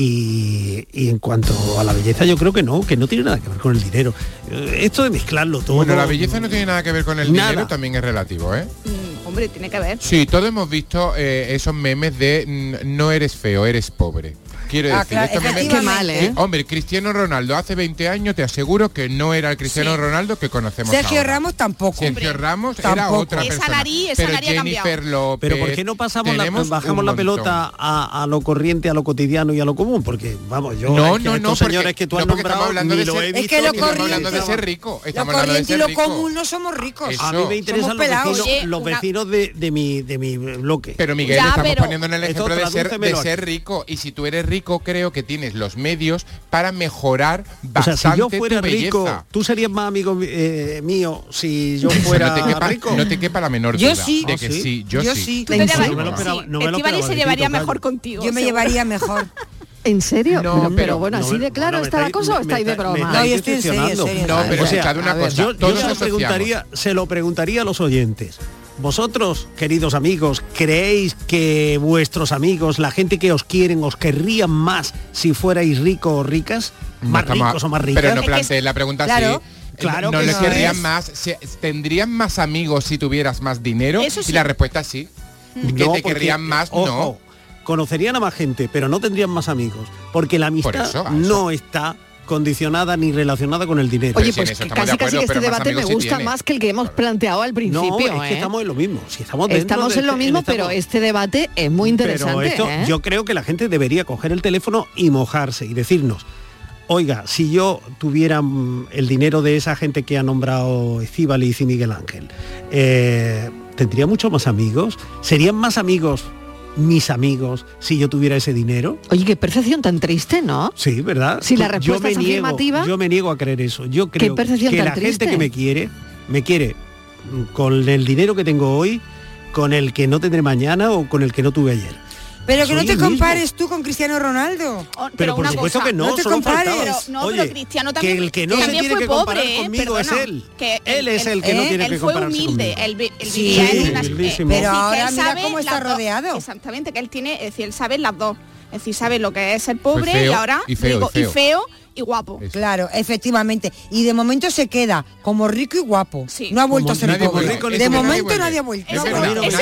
Speaker 2: Y, y en cuanto a la belleza, yo creo que no, que no tiene nada que ver con el dinero. Eh, Esto de mezclarlo todo.
Speaker 4: Bueno, la belleza no tiene nada que ver con el
Speaker 2: Nada.
Speaker 4: dinero, también es relativo, ¿eh?
Speaker 5: Mm, Hombre, tiene que ver.
Speaker 4: Sí, todos hemos visto eh, esos memes de mm, no eres feo, eres pobre. Quiero
Speaker 5: Ah,
Speaker 4: decir,
Speaker 5: claro,
Speaker 4: estos memes-
Speaker 5: efectivamente. Qué mal, ¿eh?
Speaker 4: Sí, Hombre, Cristiano Ronaldo hace 20 años te aseguro que no era el Cristiano Ronaldo que conocemos
Speaker 6: Sergio
Speaker 4: ahora.
Speaker 6: Ramos tampoco.
Speaker 4: Sergio Ramos era
Speaker 6: Tampoco.
Speaker 4: otra
Speaker 6: Esa
Speaker 4: persona.
Speaker 6: nariz, esa
Speaker 4: pero
Speaker 6: nariz ha
Speaker 4: Jennifer
Speaker 6: cambiado.
Speaker 4: López,
Speaker 2: Pero ¿por qué no pasamos la,
Speaker 4: tenemos
Speaker 2: bajamos
Speaker 4: un
Speaker 2: la
Speaker 4: montón.
Speaker 2: pelota a, a lo corriente, a lo cotidiano y a lo común? Porque, vamos, yo...
Speaker 4: No,
Speaker 2: es que
Speaker 4: no,
Speaker 2: estos
Speaker 4: no, porque-
Speaker 2: señores que tú
Speaker 4: no,
Speaker 2: has
Speaker 4: porque estamos
Speaker 2: nombrado,
Speaker 4: hablando
Speaker 2: ni
Speaker 4: de
Speaker 2: lo
Speaker 4: ser-
Speaker 2: he
Speaker 4: es
Speaker 2: visto,
Speaker 4: que lo
Speaker 2: ni he
Speaker 4: corriente-
Speaker 2: visto.
Speaker 4: estamos hablando de ser rico,
Speaker 6: Lo
Speaker 4: estamos hablando de
Speaker 6: corriente y
Speaker 4: ser
Speaker 6: lo
Speaker 4: rico.
Speaker 6: común no somos ricos.
Speaker 2: A mí me
Speaker 6: Somos
Speaker 2: interesan los
Speaker 6: pelados.
Speaker 2: vecinos,
Speaker 6: Oye,
Speaker 2: los
Speaker 6: una-
Speaker 2: vecinos de, de mi, de mi bloque.
Speaker 4: Pero Miguel, estamos poniendo en el ejemplo de ser, de
Speaker 2: tradúcemelo
Speaker 4: ser
Speaker 2: aquí.
Speaker 4: rico. Y si tú eres rico, creo que tienes los medios para mejorar
Speaker 2: O sea,
Speaker 4: bastante
Speaker 2: si yo fuera
Speaker 4: tu belleza.
Speaker 2: rico, tú serías más amigo eh, mío si yo
Speaker 4: O sea,
Speaker 2: fuera
Speaker 4: no te quepa,
Speaker 2: rico.
Speaker 4: no te quepa la menor
Speaker 2: Yo
Speaker 4: duda
Speaker 2: sí.
Speaker 4: de
Speaker 2: ¿Ah,
Speaker 4: que
Speaker 2: sí?
Speaker 4: sí, yo,
Speaker 2: Yo
Speaker 4: sí.
Speaker 2: sí.
Speaker 4: Tú
Speaker 2: Yo
Speaker 4: sí.
Speaker 2: sí. No me lo esperaba, no me lo
Speaker 5: Estíbaliz
Speaker 2: esperaba,
Speaker 5: se
Speaker 2: Tito,
Speaker 5: llevaría
Speaker 2: claro.
Speaker 5: mejor contigo.
Speaker 6: Yo me
Speaker 5: seguro.
Speaker 6: llevaría mejor.
Speaker 3: ¿En serio?
Speaker 4: No,
Speaker 3: pero,
Speaker 4: pero-
Speaker 3: bueno,
Speaker 4: no,
Speaker 3: así de
Speaker 4: no,
Speaker 3: claro
Speaker 4: me
Speaker 3: está la
Speaker 4: estáis-
Speaker 3: cosa o
Speaker 4: me-
Speaker 3: estáis de
Speaker 4: me
Speaker 3: broma.
Speaker 4: estáis No, yo estoy en serio,
Speaker 2: decepcionando.
Speaker 4: en serio. No, pero escuchad una
Speaker 2: a ver,
Speaker 4: cosa,
Speaker 2: Yo, yo
Speaker 4: todos
Speaker 2: se, lo
Speaker 4: asociamos.
Speaker 2: preguntaría, se lo preguntaría a los oyentes. Vosotros, queridos amigos, ¿creéis que vuestros amigos, la gente que os quieren, os querrían más si fuerais ricos o ricas? ¿Más
Speaker 4: Estamos-
Speaker 2: ricos o más ricas?
Speaker 4: Pero no plantees la pregunta
Speaker 2: Claro.
Speaker 4: así. Eh,
Speaker 2: Claro
Speaker 4: no
Speaker 2: que
Speaker 4: le
Speaker 2: no
Speaker 4: querrían
Speaker 2: es.
Speaker 4: más, se- tendrían más amigos si tuvieras más dinero
Speaker 2: Eso sí. Mm.
Speaker 4: y la respuesta es sí. Que
Speaker 2: No,
Speaker 4: te
Speaker 2: porque,
Speaker 4: querrían más,
Speaker 2: ojo, Conocerían a más gente, pero no tendrían más amigos, porque la amistad
Speaker 4: eso, a eso.
Speaker 2: no está condicionada ni relacionada con el dinero.
Speaker 3: Oye, pues casi casi que este debate me gusta más que el que hemos planteado al principio.
Speaker 2: No, es que
Speaker 3: ¿eh?
Speaker 2: estamos en lo mismo. Si estamos, dentro
Speaker 3: Estamos
Speaker 2: de
Speaker 3: en lo
Speaker 2: este-
Speaker 3: mismo,
Speaker 2: esta-
Speaker 3: pero este debate es muy
Speaker 2: Pero
Speaker 3: interesante.
Speaker 2: esto,
Speaker 3: ¿eh?
Speaker 2: yo creo que la gente debería coger el teléfono y mojarse y decirnos, oiga, si yo tuviera mm, el dinero de esa gente que ha nombrado Estíbaliz y Miguel Ángel, eh, ¿tendría muchos más amigos? ¿Serían más amigos mis amigos si yo tuviera ese dinero?
Speaker 3: Oye, qué percepción tan triste, ¿no?
Speaker 2: Sí, ¿verdad?
Speaker 3: Si la
Speaker 2: Yo
Speaker 3: respuesta
Speaker 2: me
Speaker 3: es
Speaker 2: niego,
Speaker 3: afirmativa-
Speaker 2: Yo me niego a creer eso. Yo creo que
Speaker 3: percepción tan
Speaker 2: la
Speaker 3: triste.
Speaker 2: gente que me quiere, me quiere mm, con el dinero que tengo hoy, con el que no tendré mañana o con el que no tuve ayer.
Speaker 6: Pero que no
Speaker 2: Soy
Speaker 6: te
Speaker 2: el mismo.
Speaker 6: compares tú con Cristiano Ronaldo.
Speaker 2: Pero por
Speaker 6: una
Speaker 2: supuesto
Speaker 6: cosa,
Speaker 2: que no,
Speaker 6: no te
Speaker 2: solo
Speaker 6: compares.
Speaker 2: faltaba.
Speaker 6: Pero- no,
Speaker 2: Oye,
Speaker 6: pero Cristiano
Speaker 2: que
Speaker 6: también-
Speaker 2: el que no se
Speaker 6: también
Speaker 2: tiene
Speaker 6: fue
Speaker 2: que comparar
Speaker 6: pobre, ¿eh?
Speaker 2: conmigo
Speaker 6: Perdona,
Speaker 2: es él.
Speaker 5: que él-
Speaker 2: él es el que no
Speaker 5: ¿eh?
Speaker 2: tiene que
Speaker 5: Él fue
Speaker 2: compararse
Speaker 5: humilde,
Speaker 2: conmigo.
Speaker 5: él, vi- él
Speaker 2: Sí,
Speaker 5: vivía en una...
Speaker 2: humildísimo. Pero
Speaker 5: es decir,
Speaker 6: ahora
Speaker 5: que él
Speaker 6: mira
Speaker 5: sabe
Speaker 6: cómo está
Speaker 5: las dos-
Speaker 6: rodeado.
Speaker 5: exactamente, que él tiene, es decir, él sabe las dos. Es decir, sabe lo que es ser pobre
Speaker 6: feo,
Speaker 5: y ahora
Speaker 6: y feo,
Speaker 5: rico,
Speaker 6: y feo.
Speaker 5: y feo y guapo.
Speaker 6: Claro, efectivamente. Y de momento se queda como rico y guapo. No ha vuelto a ser
Speaker 4: Nadie
Speaker 6: pobre.
Speaker 4: vuelve. Rico ni
Speaker 6: de
Speaker 4: pobre.
Speaker 6: momento
Speaker 4: Nadie
Speaker 6: nadie ha
Speaker 4: vuelve.
Speaker 6: vuelto.
Speaker 4: Es verdad, nadie vuelve.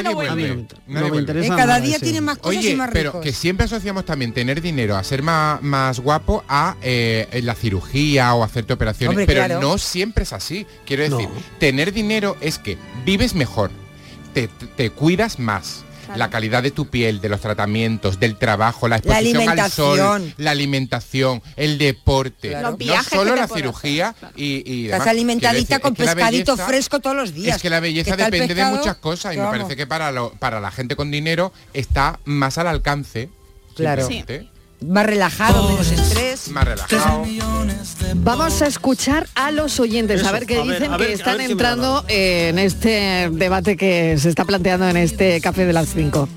Speaker 4: Nadie
Speaker 2: me
Speaker 4: vuelve.
Speaker 2: interesa
Speaker 6: Eh, cada
Speaker 2: nada
Speaker 6: día
Speaker 2: ese.
Speaker 6: tiene más cosas
Speaker 4: Oye,
Speaker 6: y más
Speaker 4: pero
Speaker 6: ricos.
Speaker 4: que siempre asociamos también tener dinero a ser más, más guapo a eh, la cirugía o hacerte operaciones,
Speaker 6: Hombre,
Speaker 4: pero
Speaker 6: claro.
Speaker 4: no siempre es así. Quiero decir, tener dinero es que vives mejor, te, te cuidas más.
Speaker 6: Claro.
Speaker 4: La calidad de tu piel, de los tratamientos, del trabajo, la exposición al sol,
Speaker 6: alimentación.
Speaker 4: la alimentación, el deporte,
Speaker 6: Claro.
Speaker 4: no
Speaker 6: Los viajes
Speaker 4: solo
Speaker 6: que te
Speaker 4: la
Speaker 6: puedes
Speaker 4: cirugía y, y demás.
Speaker 6: Estás
Speaker 4: Quiero
Speaker 6: alimentadita
Speaker 4: decir,
Speaker 6: con
Speaker 4: es que la
Speaker 6: pescadito
Speaker 4: belleza-
Speaker 6: fresco todos los días.
Speaker 4: es que la belleza
Speaker 6: ¿Qué tal
Speaker 4: depende
Speaker 6: pescado?
Speaker 4: de muchas cosas y
Speaker 6: Que
Speaker 4: me
Speaker 6: vamos.
Speaker 4: parece que para, lo- para la gente con dinero está más al alcance.
Speaker 6: Claro.
Speaker 4: simplemente.
Speaker 6: Más relajado, menos estrés.
Speaker 4: Más relajado.
Speaker 3: Vamos a escuchar a los oyentes,
Speaker 4: Eso,
Speaker 3: a ver qué
Speaker 4: a ver,
Speaker 3: dicen
Speaker 4: a ver,
Speaker 3: que
Speaker 4: a
Speaker 3: están
Speaker 4: ver qué me van a
Speaker 3: entrando en este debate que se está planteando en este Café de las 5.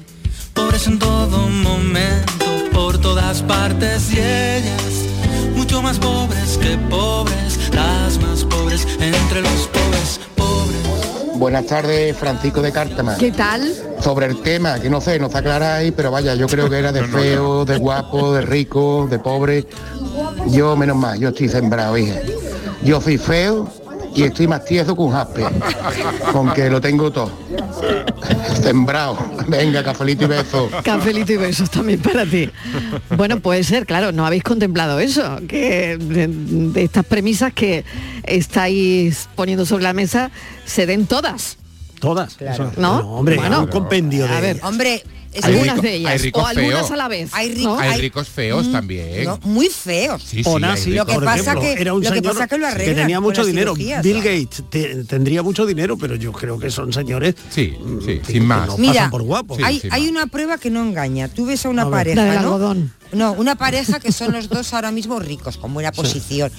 Speaker 1: Pobres en todo momento, por todas partes y ellas, mucho más pobres que pobres, las más pobres entre los pobres.
Speaker 18: Buenas tardes, Francisco de Cártama.
Speaker 3: ¿Qué tal?
Speaker 18: Sobre el tema, que no sé, no está clara ahí, pero vaya, yo creo que era de feo, de guapo, de rico, de pobre. Yo, menos mal, yo estoy sembrado, hija. Yo soy feo y estoy más tieso que un jaspe, con que lo tengo todo. Sembrado. Venga, cafelito y beso.
Speaker 3: Cafelito y besos también para ti. Bueno, puede ser, claro, no habéis contemplado eso, que de, de estas premisas que estáis poniendo sobre la mesa se den todas.
Speaker 2: Todas. Eso-
Speaker 3: ¿No?
Speaker 2: hombre,
Speaker 3: Bueno.
Speaker 2: un compendio de
Speaker 3: A ver,
Speaker 2: ellas.
Speaker 6: Hombre, Es
Speaker 4: Hay
Speaker 6: algunas
Speaker 4: rico-
Speaker 6: de ellas,
Speaker 4: hay ricos
Speaker 6: o algunas
Speaker 4: feos.
Speaker 6: a la vez,
Speaker 4: Hay, rico-
Speaker 6: ¿no?
Speaker 4: hay
Speaker 6: Hay-
Speaker 4: ricos feos
Speaker 6: Mm,
Speaker 4: también.
Speaker 6: no, muy feos.
Speaker 4: Sí, sí, Onassis, hay
Speaker 6: lo que
Speaker 4: ricos.
Speaker 6: pasa que
Speaker 2: era un
Speaker 6: lo que
Speaker 2: señor
Speaker 6: pasa que lo arreglan
Speaker 2: tenía
Speaker 6: con
Speaker 2: mucho
Speaker 6: las
Speaker 2: dinero.
Speaker 6: cirugías.
Speaker 2: Bill Gates te- tendría mucho dinero, pero yo creo que son señores.
Speaker 4: Sí, sí,
Speaker 2: sin más. No
Speaker 6: Mira,
Speaker 2: pasan por guapos.
Speaker 6: hay, hay una prueba que no engaña. Tú ves a una
Speaker 2: A ver.
Speaker 6: pareja,
Speaker 2: La del
Speaker 6: ¿no?
Speaker 2: algodón.
Speaker 6: No, una pareja que son los dos ahora mismo ricos, con buena posición,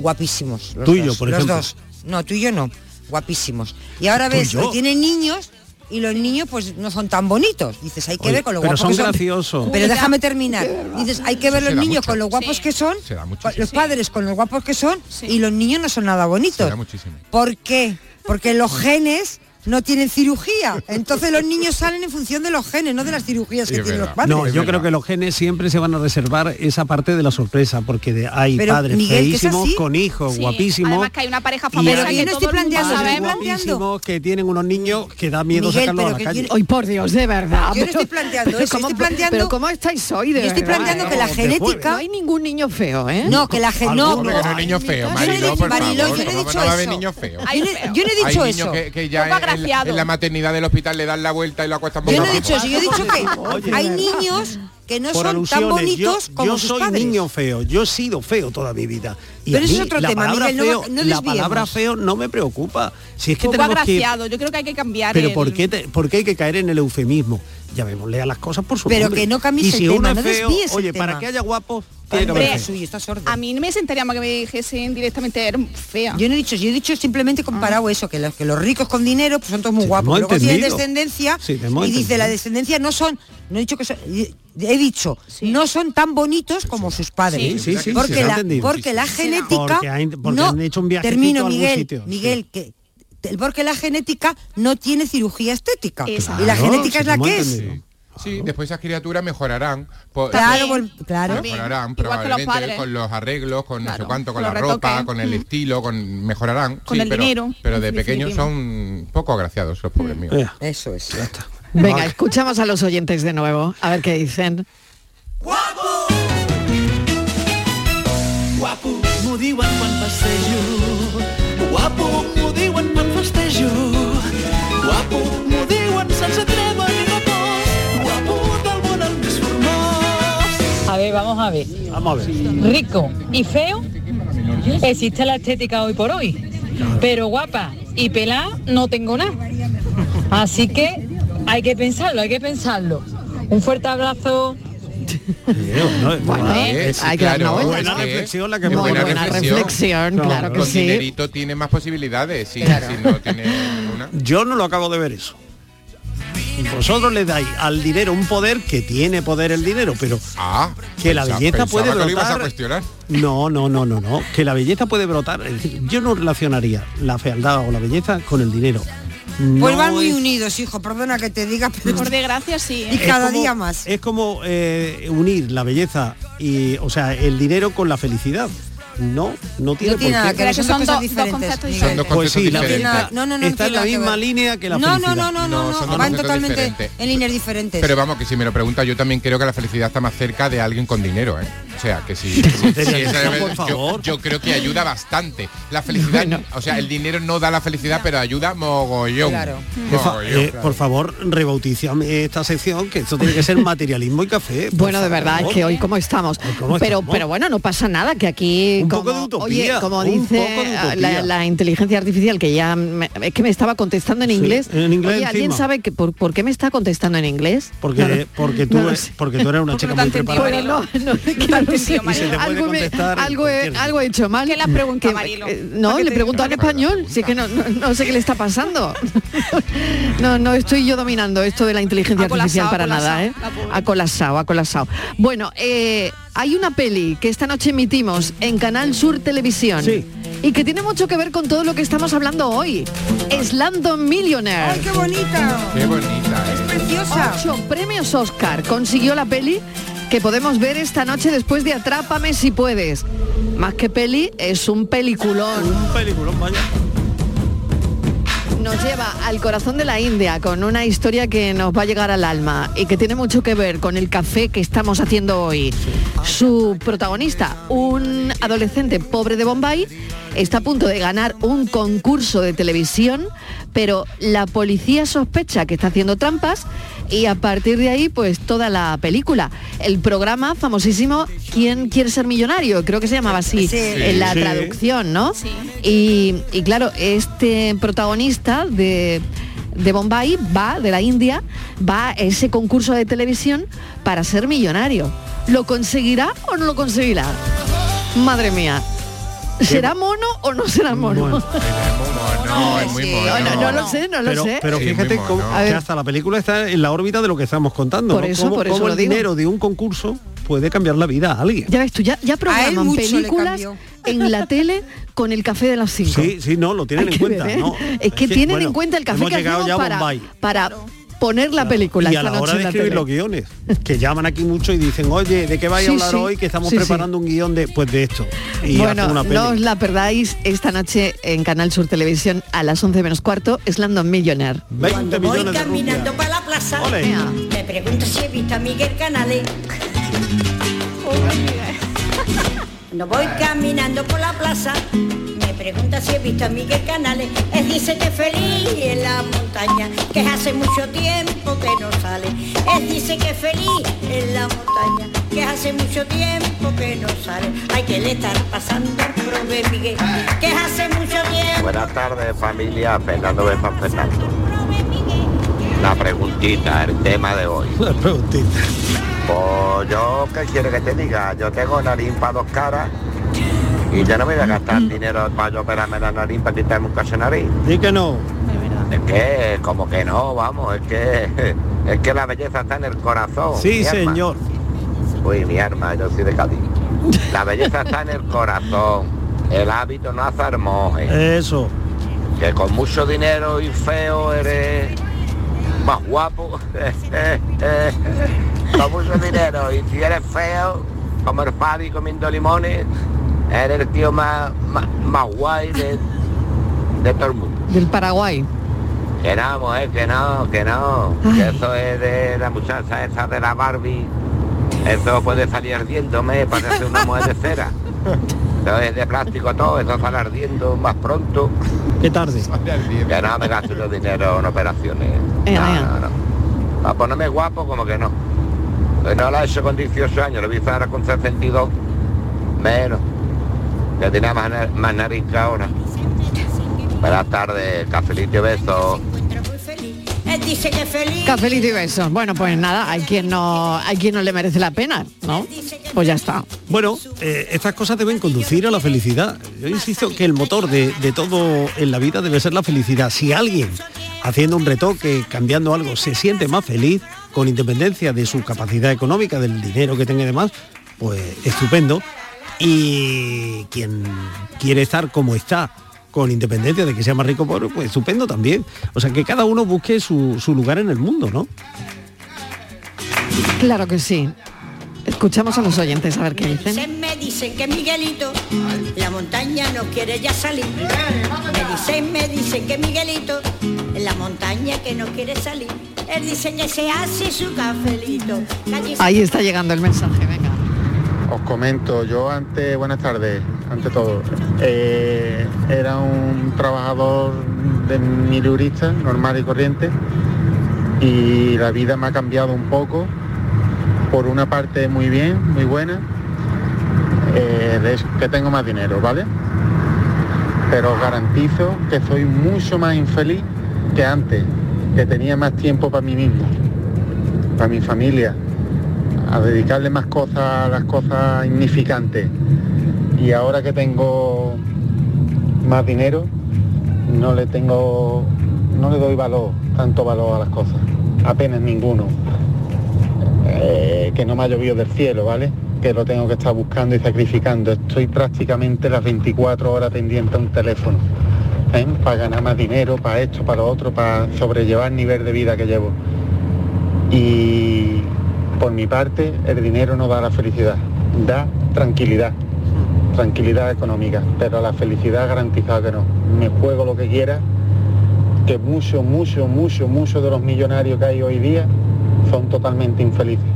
Speaker 6: guapísimos. los
Speaker 2: Tú y yo,
Speaker 6: dos,
Speaker 2: por
Speaker 6: los
Speaker 2: ejemplo.
Speaker 6: dos. No, tú y yo no, guapísimos. Y ahora
Speaker 2: Tú y
Speaker 6: ves
Speaker 2: yo.
Speaker 6: que tienen niños y los niños pues no son tan bonitos. Dices, hay que
Speaker 2: Oye,
Speaker 6: ver con lo
Speaker 2: pero
Speaker 6: guapos
Speaker 2: son
Speaker 6: que son.
Speaker 2: graciosos.
Speaker 6: Pero déjame terminar. Dices, hay que ver
Speaker 2: Se
Speaker 6: los
Speaker 2: da
Speaker 6: niños
Speaker 2: mucho.
Speaker 6: con los guapos que son,
Speaker 2: Se da mucho,
Speaker 6: con-
Speaker 2: sí.
Speaker 6: los padres con los guapos que son y los niños no son nada bonitos. ¿Por qué? Porque los genes no tienen cirugía. Entonces los niños salen en función de los genes, no de las cirugías que tienen los padres.
Speaker 2: No, yo creo que los genes siempre se van a reservar esa parte de la sorpresa, porque de- hay
Speaker 6: Pero,
Speaker 2: padres
Speaker 6: Miguel, que es
Speaker 2: feísimos,
Speaker 6: así.
Speaker 2: con hijos,
Speaker 5: Sí,
Speaker 2: guapísimos.
Speaker 5: Además que hay una pareja
Speaker 2: y
Speaker 5: famosa
Speaker 2: hay-
Speaker 5: que
Speaker 2: Yo
Speaker 5: todo el mundo
Speaker 2: padres
Speaker 5: sabe.
Speaker 2: guapísimos que tienen unos niños que da miedo
Speaker 3: Miguel,
Speaker 2: sacarlos a
Speaker 3: pero
Speaker 2: la
Speaker 3: que
Speaker 2: calle.
Speaker 3: yo- Hoy, por Dios, de verdad.
Speaker 6: Yo no
Speaker 3: pero-
Speaker 6: estoy planteando ¿eh?
Speaker 3: pero
Speaker 6: eso,
Speaker 3: ¿cómo-
Speaker 6: estoy planteando-
Speaker 3: Pero cómo estáis hoy, de
Speaker 6: Yo estoy
Speaker 3: verdad,
Speaker 6: planteando
Speaker 3: ¿eh?
Speaker 6: que la
Speaker 3: De
Speaker 6: genética-
Speaker 3: jueves. No hay ningún niño feo, ¿eh?
Speaker 6: No, que la gen- no,
Speaker 3: Alguno.
Speaker 6: no,
Speaker 4: Pero no niño feo, Mariló, por favor,
Speaker 6: yo no he
Speaker 4: por favor,
Speaker 6: dicho
Speaker 4: no va a haber
Speaker 6: eso.
Speaker 4: niño feo.
Speaker 6: Yo no- yo no he
Speaker 4: Hay
Speaker 6: dicho
Speaker 4: niños
Speaker 6: eso.
Speaker 4: Que, que ya
Speaker 6: Poco
Speaker 4: en, en la,
Speaker 6: agraciado.
Speaker 4: en la maternidad del hospital le dan la vuelta y lo acuestan boca
Speaker 6: Yo no he
Speaker 4: abajo.
Speaker 6: dicho eso, yo he dicho
Speaker 2: Oye,
Speaker 6: que hay niños que no
Speaker 2: Por
Speaker 6: son tan
Speaker 2: alusiones,
Speaker 6: bonitos
Speaker 2: yo,
Speaker 6: como
Speaker 2: yo
Speaker 6: sus
Speaker 2: soy
Speaker 6: padres.
Speaker 2: niño feo, yo he sido feo toda mi vida. Y
Speaker 6: Pero
Speaker 2: a
Speaker 6: eso es
Speaker 2: mí
Speaker 6: otro
Speaker 2: la
Speaker 6: tema,
Speaker 2: palabra
Speaker 6: Miguel, no-
Speaker 2: feo,
Speaker 6: no
Speaker 2: la
Speaker 6: desviemos.
Speaker 2: palabra feo no me preocupa. Si es que
Speaker 5: Un poco
Speaker 2: tenemos que
Speaker 5: agraciado. Yo creo que hay que cambiar
Speaker 2: Pero
Speaker 5: el-
Speaker 2: ¿por qué, te- por qué hay que caer en el eufemismo? Llamémosle a las cosas por su
Speaker 6: Pero
Speaker 2: nombre.
Speaker 6: que no cambies
Speaker 2: Y si
Speaker 6: el tema,
Speaker 2: uno es
Speaker 6: no
Speaker 2: feo,
Speaker 6: desvíes el
Speaker 2: oye,
Speaker 6: tema.
Speaker 2: para que haya guapos, tiene que haber
Speaker 5: Hombre,
Speaker 2: feo.
Speaker 5: a mí no me sentaría mal que me dijesen directamente era fea.
Speaker 6: Yo no he dicho, yo he dicho simplemente comparado eso, que los, que los ricos con dinero pues son todos muy guapos, pero
Speaker 2: hemos
Speaker 6: luego tienen
Speaker 2: entendido.
Speaker 6: descendencia
Speaker 2: Sí, te hemos
Speaker 6: y dice
Speaker 2: entendido.
Speaker 6: la descendencia no son, no he dicho que son, y- he dicho, no son tan bonitos como sus padres.
Speaker 2: Sí, sí, sí,
Speaker 6: porque,
Speaker 2: se ha
Speaker 6: la,
Speaker 2: entendido.
Speaker 6: porque la
Speaker 2: Sí, sí.
Speaker 6: genética
Speaker 2: Porque hay- porque
Speaker 6: no,
Speaker 2: han hecho un viajecito a
Speaker 6: termino
Speaker 2: algún
Speaker 6: Miguel,
Speaker 2: sitio, sí.
Speaker 6: Miguel, que te- porque la genética no tiene cirugía estética.
Speaker 4: Exacto.
Speaker 6: Y la
Speaker 4: Claro,
Speaker 6: genética
Speaker 4: sí,
Speaker 6: es la
Speaker 4: te hemos
Speaker 6: que es.
Speaker 4: entendido. Sí, después esas criaturas mejorarán. po-
Speaker 6: Claro, También, vol- claro. también.
Speaker 4: Mejorarán
Speaker 6: Igual que los
Speaker 4: probablemente
Speaker 6: padres.
Speaker 4: con los arreglos, con no sé cuánto, con
Speaker 6: los
Speaker 4: la ropa,
Speaker 6: retoques. Mm.
Speaker 4: con el estilo, con mejorarán.
Speaker 6: Con el
Speaker 4: pero,
Speaker 6: dinero,
Speaker 4: Pero
Speaker 6: en
Speaker 4: de pequeños
Speaker 6: definitiva.
Speaker 4: son poco agraciados los pobres míos.
Speaker 6: Mm. Eh. Eso es.
Speaker 3: Venga, escuchamos a los oyentes de nuevo, a ver qué dicen.
Speaker 1: Guapo, m'ho diuen quan festejo. Guapo, m'ho diuen quan festejo. Guapo, m'ho diuen sense treva ni repòs. Guapo, del món el més formós.
Speaker 8: A ver, vamos a ver.
Speaker 2: Vamos a ver.
Speaker 8: Rico y feo, existe la estética hoy por hoy. Pero guapa y pelada no tengo nada. Así que hay que pensarlo, hay que pensarlo. Un fuerte abrazo.
Speaker 2: Bueno,
Speaker 4: Eh, sí,
Speaker 3: hay que dar una
Speaker 4: claro,
Speaker 3: vuelta.
Speaker 4: es
Speaker 3: Buena
Speaker 4: que-
Speaker 3: reflexión la que
Speaker 4: es
Speaker 3: hemos-
Speaker 4: buena
Speaker 3: buena reflexión, claro que
Speaker 4: Con
Speaker 3: sí.
Speaker 4: dinerito tiene más posibilidades, sí, sí, no tiene ninguna.
Speaker 2: Yo no lo acabo de ver eso. Vosotros le dais al dinero un poder que tiene poder el dinero, pero
Speaker 11: Ah,
Speaker 2: que la
Speaker 4: Pensa-
Speaker 2: belleza puede
Speaker 4: pensaba que lo ibas a
Speaker 2: brotar.
Speaker 4: cuestionar.
Speaker 2: No, no, no, no, no. Que la belleza puede brotar. Es decir, yo no relacionaría la fealdad o la belleza con el dinero. No
Speaker 6: Pues van muy
Speaker 2: es-
Speaker 6: unidos, hijo, perdona que te diga, pero
Speaker 5: Por desgracia sí. ¿eh?
Speaker 6: Y cada
Speaker 2: como-
Speaker 6: día más.
Speaker 2: Es como eh, unir la belleza y, o sea, el dinero con la felicidad. No, no tiene,
Speaker 6: No tiene
Speaker 2: por
Speaker 6: nada
Speaker 2: qué.
Speaker 6: que ver, son dos cosas diferentes. Miguel.
Speaker 2: Pues sí, la
Speaker 6: No,
Speaker 2: belleza
Speaker 6: no, no, no
Speaker 2: está
Speaker 6: tiene
Speaker 2: en la
Speaker 6: nada que
Speaker 2: misma
Speaker 6: ver.
Speaker 2: línea que la
Speaker 6: no,
Speaker 2: felicidad.
Speaker 6: No, no, no,
Speaker 4: No,
Speaker 6: no,
Speaker 4: son
Speaker 6: no,
Speaker 4: dos
Speaker 6: van
Speaker 4: conceptos
Speaker 6: totalmente
Speaker 4: diferentes.
Speaker 6: en líneas diferentes.
Speaker 4: Pero vamos, que si me lo pregunta, yo también creo que la felicidad está más cerca de alguien con dinero, ¿eh? O sea, que si, si- si esa-
Speaker 2: No, por
Speaker 4: yo-
Speaker 2: favor.
Speaker 4: yo, creo que ayuda bastante. La felicidad, o sea, el dinero no da la felicidad, pero ayuda mogollón.
Speaker 2: Claro.
Speaker 4: Mm.
Speaker 2: Jefa,
Speaker 4: Mogollón.
Speaker 2: eh, Por favor, rebautízame esta sección, que esto tiene que ser materialismo y café. pues, por
Speaker 3: Bueno, de verdad, es
Speaker 2: favor.
Speaker 3: que hoy cómo estamos.
Speaker 2: ¿cómo
Speaker 3: pero,
Speaker 2: estamos?
Speaker 3: pero bueno, no pasa nada, que aquí...
Speaker 2: Un
Speaker 3: como,
Speaker 2: poco de utopía,
Speaker 3: oye, como
Speaker 2: un
Speaker 3: dice
Speaker 2: poco de
Speaker 3: ah,
Speaker 2: utopía.
Speaker 3: la, la inteligencia artificial, que ya... me- es que me estaba contestando en
Speaker 2: Sí,
Speaker 3: inglés.
Speaker 2: en inglés
Speaker 3: Oye, ¿alguien
Speaker 2: encima.
Speaker 3: sabe que, por, por qué me está contestando en inglés?
Speaker 2: Porque,
Speaker 3: No lo-
Speaker 2: porque, tú,
Speaker 3: no lo
Speaker 2: eres-
Speaker 3: sé.
Speaker 2: porque tú eres una chica muy preparada.
Speaker 3: Bueno, no, no, es que no sé.
Speaker 2: Y se te puede
Speaker 3: algo, me-
Speaker 2: contestar en
Speaker 3: algo he, algo he hecho mal. ¿Qué la pregunta, No, le pregunto en español, si es que no, no- no sé qué le está pasando. No, no estoy yo dominando esto de la inteligencia
Speaker 19: Ha colapsado,
Speaker 3: artificial para
Speaker 19: ha colapsado,
Speaker 3: nada, ¿eh? Ha colapsado, ha colapsado. Bueno, eh, hay una peli que esta noche emitimos en Canal Sur Televisión. Y que tiene mucho que ver con todo lo que estamos hablando hoy. Es Landon Millionaire.
Speaker 6: ¡Ay, qué bonita!
Speaker 4: Qué bonita, ¿eh?
Speaker 6: preciosa.
Speaker 3: Ocho premios Oscar consiguió la peli que podemos ver esta noche después de Atrápame si puedes. Más que peli, es un peliculón.
Speaker 2: Un peliculón, vaya.
Speaker 3: Nos lleva al corazón de la India con una historia que nos va a llegar al alma y que tiene mucho que ver con el café que estamos haciendo hoy. Su protagonista, un adolescente pobre de Bombay, está a punto de ganar un concurso de televisión, pero la policía sospecha que está haciendo trampas y a partir de ahí pues toda la película. El programa famosísimo ¿Quién quiere ser millonario? Creo que se llamaba así en la
Speaker 20: Sí.
Speaker 3: traducción, ¿no? Y, y claro, este protagonista de, de Bombay va, de la India, va a ese concurso de televisión para ser millonario. ¿Lo conseguirá o no lo conseguirá? Madre mía. ¿Será mono o no será mono?
Speaker 4: No, es muy
Speaker 3: Sí,
Speaker 4: mono.
Speaker 3: no, no lo sé, no lo
Speaker 2: pero,
Speaker 3: sé.
Speaker 2: Pero
Speaker 4: Sí,
Speaker 2: fíjate
Speaker 4: muy
Speaker 2: cómo-
Speaker 4: mono.
Speaker 2: que hasta la película está en la órbita de lo que estamos contando.
Speaker 3: Por
Speaker 2: ¿no?
Speaker 3: eso,
Speaker 2: Cómo-
Speaker 3: por eso
Speaker 2: cómo
Speaker 3: lo
Speaker 2: el
Speaker 3: digo.
Speaker 2: dinero de un concurso puede cambiar la vida a alguien.
Speaker 3: Ya ves tú, ya, ya programan
Speaker 6: mucho le
Speaker 3: películas
Speaker 6: cambió.
Speaker 3: en la tele con el café de las 5.
Speaker 2: Sí, sí, no, lo tienen
Speaker 3: Hay
Speaker 2: en
Speaker 3: que
Speaker 2: cuenta.
Speaker 3: ver, ¿eh?
Speaker 2: ¿no?
Speaker 3: Es que tienen
Speaker 2: bueno,
Speaker 3: en cuenta el café
Speaker 2: hemos
Speaker 3: que
Speaker 2: llegado
Speaker 3: hacemos
Speaker 2: ya a
Speaker 3: para,
Speaker 2: Bombay.
Speaker 3: para poner la película
Speaker 2: y a
Speaker 3: esta
Speaker 2: la
Speaker 3: noche
Speaker 2: hora de
Speaker 3: en la
Speaker 2: escribir
Speaker 3: tele.
Speaker 2: los guiones, que llaman aquí mucho y dicen, oye, ¿de qué vais
Speaker 3: Sí,
Speaker 2: a hablar
Speaker 3: sí.
Speaker 2: hoy? Que estamos
Speaker 3: Sí, sí.
Speaker 2: preparando un guión de, pues, de esto. Y hacen
Speaker 3: bueno,
Speaker 2: una peli.
Speaker 3: no os la perdáis esta noche en Canal Sur Televisión a las 11 menos cuarto, es Landon Millionaire.
Speaker 2: 20
Speaker 19: Voy
Speaker 2: millones de
Speaker 19: caminando para la plaza.
Speaker 2: Ole. Ea.
Speaker 19: Me pregunto si he visto a Miguel Canales. No voy caminando por la plaza. Me pregunta si he visto a Miguel Canales. Él dice que es feliz en la montaña, que hace mucho tiempo que no sale. Él dice que es feliz en la montaña, que hace mucho tiempo que no sale. Ay, que le estará pasando al pobre Miguel, que hace mucho tiempo.
Speaker 21: Buenas tardes familia, Fernando de San Fernando. La preguntita, el tema de hoy.
Speaker 2: La preguntita.
Speaker 21: Pues yo, ¿qué quiere que te diga? Yo tengo nariz para dos caras y yo no me voy a gastar
Speaker 2: Mm-hmm.
Speaker 21: dinero para yo operarme la nariz para quitarme un cacho de nariz.
Speaker 2: Di que no.
Speaker 21: Es que, como que no, vamos, es que es que la belleza está en el corazón.
Speaker 2: Sí,
Speaker 21: mi alma.
Speaker 2: señor.
Speaker 21: Uy, mi arma, yo soy de Cádiz. La belleza está en el corazón. El hábito no hace al monje.
Speaker 2: Eso.
Speaker 21: que con mucho dinero y feo eres más guapo. con mucho dinero y si eres feo, como el Fabi comiendo limones, eres el tío más, más, más guay de, de todo el mundo.
Speaker 3: Del Paraguay.
Speaker 21: Que no, mujer, que no, que no. Que eso es de la muchacha esa de la Barbie. Eso puede salir ardiéndome, parece una mujer de cera. Eso es de plástico todo, eso sale ardiendo más pronto.
Speaker 2: Qué tarde.
Speaker 21: Ya no me gasto yo dinero en operaciones.
Speaker 3: Ea,
Speaker 21: no,
Speaker 3: ea.
Speaker 21: no, no. Para ponerme guapo como que no. Pues no lo he hecho con 18 años, lo hice ahora con 62. Menos. Ya tenía más, na- más nariz que ahora. Buenas tardes, cafelito y besos.
Speaker 19: Él dice que es feliz.
Speaker 3: Cafelito y besos. Bueno, pues nada, hay quien no, hay quien no le merece la pena, ¿no? Pues ya está.
Speaker 2: Bueno, eh, estas cosas deben conducir a la felicidad. Yo insisto que el motor de, de todo en la vida debe ser la felicidad. Si alguien, haciendo un retoque, cambiando algo, se siente más feliz, con independencia de su capacidad económica, del dinero que tenga y demás, pues estupendo. Y quien quiere estar como está, con independencia de que sea más rico o pobre, pues estupendo también. O sea, que cada uno busque su, su lugar en el mundo, ¿no?
Speaker 3: Claro que sí. Escuchamos a los oyentes a ver qué dicen.
Speaker 19: Dicen, me dicen que Miguelito, la montaña no quiere ya salir. Me dicen, me dicen que Miguelito, en la montaña que no quiere salir. Él dice que se hace su cafelito. Allí se-
Speaker 3: Ahí está llegando el mensaje, venga.
Speaker 22: Os comento, yo antes, buenas tardes, ante todo, eh, era un trabajador de milurista, normal y corriente, y la vida me ha cambiado un poco, por una parte muy bien, muy buena, eh, de- que tengo más dinero, ¿vale? Pero os garantizo que soy mucho más infeliz que antes, que tenía más tiempo para mí mismo, para mi familia, a dedicarle más cosas a las cosas significantes. Y ahora que tengo más dinero, no le tengo, no le doy valor, tanto valor a las cosas, apenas ninguno. Eh, que no me ha llovido del cielo, ¿vale? Que lo tengo que estar buscando y sacrificando. Estoy prácticamente las 24 horas pendiente a un teléfono. ¿eh? Para ganar más dinero, para esto, para lo otro, para sobrellevar el nivel de vida que llevo. Y por mi parte, el dinero no da la felicidad, da tranquilidad, tranquilidad económica, pero la felicidad garantizada que no. Me juego lo que quiera, que mucho, mucho, mucho, mucho de los millonarios que hay hoy día son totalmente infelices,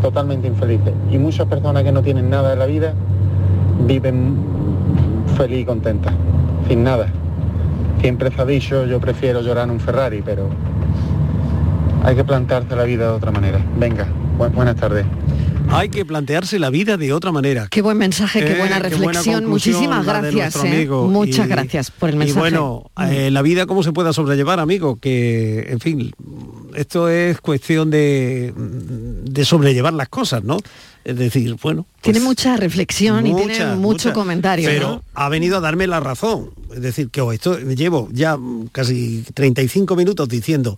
Speaker 22: totalmente infelices. Y muchas personas que no tienen nada en la vida viven feliz y contentas, sin nada. Siempre se ha dicho, yo prefiero llorar en un Ferrari, pero Hay que plantearse la vida de otra manera. Venga, bu- buenas tardes.
Speaker 2: Hay que plantearse la vida de otra manera.
Speaker 3: Qué buen mensaje, qué
Speaker 2: Eh,
Speaker 3: buena
Speaker 2: qué buena
Speaker 3: reflexión.
Speaker 2: conclusión
Speaker 3: Muchísimas
Speaker 2: la de
Speaker 3: gracias.
Speaker 2: nuestro
Speaker 3: ¿eh?
Speaker 2: amigo.
Speaker 3: Muchas
Speaker 2: Y-
Speaker 3: gracias por el mensaje.
Speaker 2: Y bueno, eh, la vida cómo se pueda sobrellevar, amigo, que, en fin, esto es cuestión de, de sobrellevar las cosas, ¿no? Es decir, bueno,
Speaker 3: tiene mucha reflexión y tiene
Speaker 2: muchas,
Speaker 3: mucho
Speaker 2: muchas,
Speaker 3: comentario.
Speaker 2: pues, Pero
Speaker 3: ¿no?
Speaker 2: ha venido a darme la razón. Es decir, que oh, esto llevo ya mm, casi 35 minutos diciendo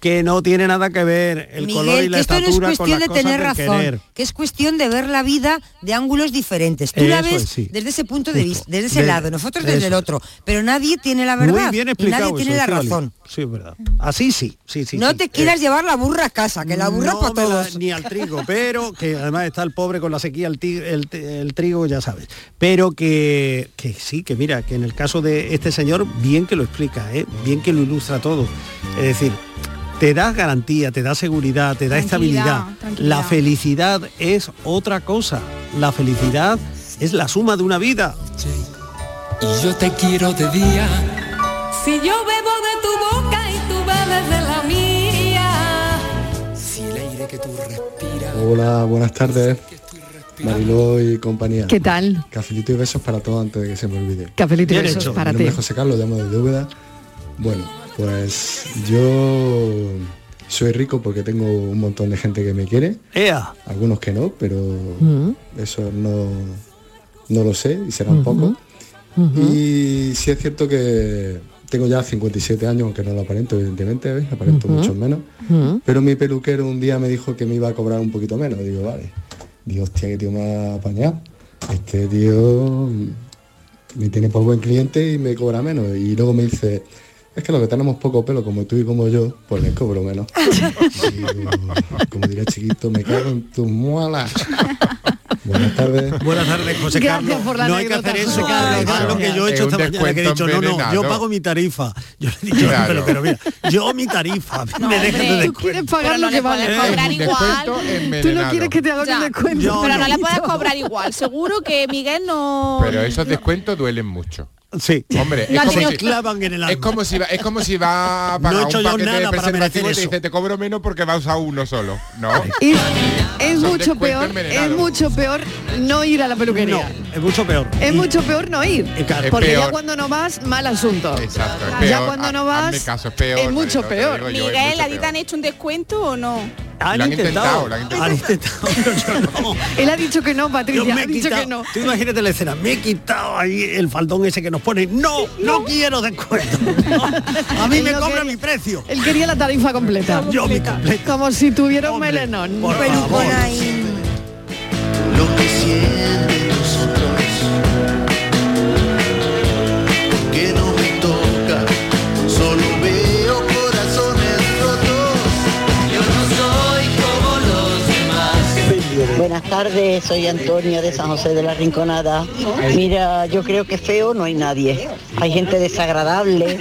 Speaker 2: que no tiene nada que ver el color y
Speaker 6: Miguel,
Speaker 2: la
Speaker 6: que esto no es
Speaker 2: estatura con
Speaker 6: cuestión
Speaker 2: las
Speaker 6: de
Speaker 2: cosas
Speaker 6: tener
Speaker 2: del
Speaker 6: razón,
Speaker 2: querer.
Speaker 6: que es cuestión de ver la vida de ángulos diferentes. Tú la
Speaker 2: Eso
Speaker 6: ves
Speaker 2: es, sí.
Speaker 6: desde ese punto de
Speaker 2: Justo.
Speaker 6: vista, desde ese
Speaker 2: Desde-
Speaker 6: lado, nosotros desde
Speaker 2: eso
Speaker 6: el
Speaker 2: es.
Speaker 6: otro, pero nadie tiene la verdad
Speaker 2: Muy bien
Speaker 6: y
Speaker 2: explicado.
Speaker 6: nadie tiene
Speaker 2: eso,
Speaker 6: la
Speaker 2: Estíbaliz.
Speaker 6: razón.
Speaker 2: Sí, es verdad. Así sí, sí, sí.
Speaker 6: no
Speaker 2: sí.
Speaker 6: te quieras llevar la burra a casa, que la burra
Speaker 2: no
Speaker 6: es para
Speaker 2: me la-
Speaker 6: todos.
Speaker 2: ni al trigo, pero que además está el pobre con la sequía, el, ti- el t- el trigo, ya sabes. Pero que, que sí, que mira, que en el caso de este señor, bien que lo explica, ¿eh? bien que lo ilustra todo. Es decir, te da garantía, te da seguridad, te da
Speaker 20: Tranquilidad,
Speaker 2: estabilidad. La
Speaker 20: tranquilidad.
Speaker 2: felicidad es otra cosa. La felicidad es la suma de una vida.
Speaker 1: Y yo te quiero de día.
Speaker 20: Si yo bebo de tu boca y tú bebes de la mía.
Speaker 23: Hola, buenas tardes. Mariló y compañía.
Speaker 3: ¿Qué tal?
Speaker 23: Cafelito y besos para todos antes de que se me olvide.
Speaker 3: Cafelito y Bien besos hecho. para
Speaker 23: Mi nombre
Speaker 3: ti.
Speaker 23: es José Carlos, llamo de Dúbeda. Bueno, pues yo soy rico porque tengo un montón de gente que me quiere.
Speaker 2: ¡Ea!
Speaker 23: Algunos que no, pero
Speaker 1: Mm.
Speaker 23: eso no, no lo sé y serán pocos. Y sí es cierto que tengo ya 57 años, aunque no lo aparento, evidentemente, ¿ves? aparento
Speaker 1: Ujú.
Speaker 23: mucho menos. Pero mi peluquero un día me dijo que me iba a cobrar un poquito menos. Digo, vale. Digo, hostia, que tío me ha apañado. Este tío mm, me tiene por buen cliente y me cobra menos. Y luego me dice, es que los que tenemos poco pelo, como tú y como yo, pues les cobro menos. Digo, como diría chiquito, me cago en tus muelas. Buenas tardes.
Speaker 2: Buenas tardes, José
Speaker 23: Gracias
Speaker 2: Carlos.
Speaker 23: por la
Speaker 2: no hay que
Speaker 23: anécdota,
Speaker 2: hacer
Speaker 23: José
Speaker 2: eso.
Speaker 23: Carlos.
Speaker 2: además, lo que yo he
Speaker 23: Es
Speaker 2: hecho
Speaker 23: un
Speaker 2: esta mañana, que he
Speaker 23: descuento
Speaker 2: dicho, no, no, yo
Speaker 23: envenenado.
Speaker 2: pago mi tarifa. Yo le he dicho,
Speaker 23: Claro.
Speaker 2: pero, pero mira, yo mi tarifa. me dejan de
Speaker 3: tú
Speaker 2: descuento.
Speaker 3: quieres pagar
Speaker 5: Pero no
Speaker 3: lo que
Speaker 5: le puedes
Speaker 3: vale.
Speaker 5: cobrar igual.
Speaker 3: Tú no quieres que te haga
Speaker 5: Ya.
Speaker 3: un descuento.
Speaker 5: pero no le puedes cobrar igual. Seguro que Miguel no.
Speaker 4: Pero esos descuentos duelen mucho.
Speaker 2: Sí.
Speaker 4: Hombre,
Speaker 5: No,
Speaker 4: es
Speaker 5: se
Speaker 4: como,
Speaker 5: nos
Speaker 4: si,
Speaker 2: clavan en el
Speaker 4: es como si va, es como si va a
Speaker 2: No he
Speaker 4: pagar
Speaker 2: hecho
Speaker 4: un
Speaker 2: yo
Speaker 4: paquete de
Speaker 2: nada para merecer
Speaker 4: preservativo y te
Speaker 2: eso.
Speaker 4: dice te cobro menos porque vas a uno solo. No.
Speaker 3: Y es
Speaker 4: Son
Speaker 3: mucho
Speaker 4: descuentos
Speaker 3: peor, es
Speaker 4: envenenados.
Speaker 3: mucho peor no ir a la peluquería.
Speaker 2: Es mucho peor.
Speaker 3: Es mucho peor no ir.
Speaker 4: claro.
Speaker 3: Porque
Speaker 4: Es
Speaker 3: ya
Speaker 4: peor.
Speaker 3: cuando no vas, mal asunto.
Speaker 4: Exacto, es
Speaker 3: Ya
Speaker 4: peor.
Speaker 3: cuando no
Speaker 4: Ha-
Speaker 3: vas,
Speaker 4: hazme caso, es peor,
Speaker 3: es mucho
Speaker 4: Mariló, te lo
Speaker 3: peor.
Speaker 4: digo yo, es
Speaker 5: Miguel,
Speaker 4: mucho
Speaker 5: ¿a ti te han hecho un descuento o no?
Speaker 2: Han
Speaker 4: Lo han
Speaker 2: intentado,
Speaker 4: intentado, lo han
Speaker 2: han intentado.
Speaker 3: Él ha dicho que no,
Speaker 2: Yo
Speaker 3: Patricia.
Speaker 2: me
Speaker 3: Ha
Speaker 2: he
Speaker 3: dicho
Speaker 2: quitado-
Speaker 3: que no.
Speaker 2: Tú imagínate la escena, me he quitado ahí el faldón ese que nos pone. No, no, quiero descuento. A mí
Speaker 3: Él
Speaker 2: me
Speaker 3: no
Speaker 2: cobra
Speaker 3: quería-
Speaker 2: mi precio.
Speaker 3: Él quería la tarifa completa.
Speaker 2: Yo mi
Speaker 3: Como si tuviera un melenón.
Speaker 2: por favor.
Speaker 1: Lo que sienten nosotros. Que no me toca. Solo veo corazones rotos. Yo no soy como los demás.
Speaker 24: Buenas tardes, soy Antonia de San José de la Rinconada. Mira, yo creo que feo no hay nadie. Hay gente desagradable,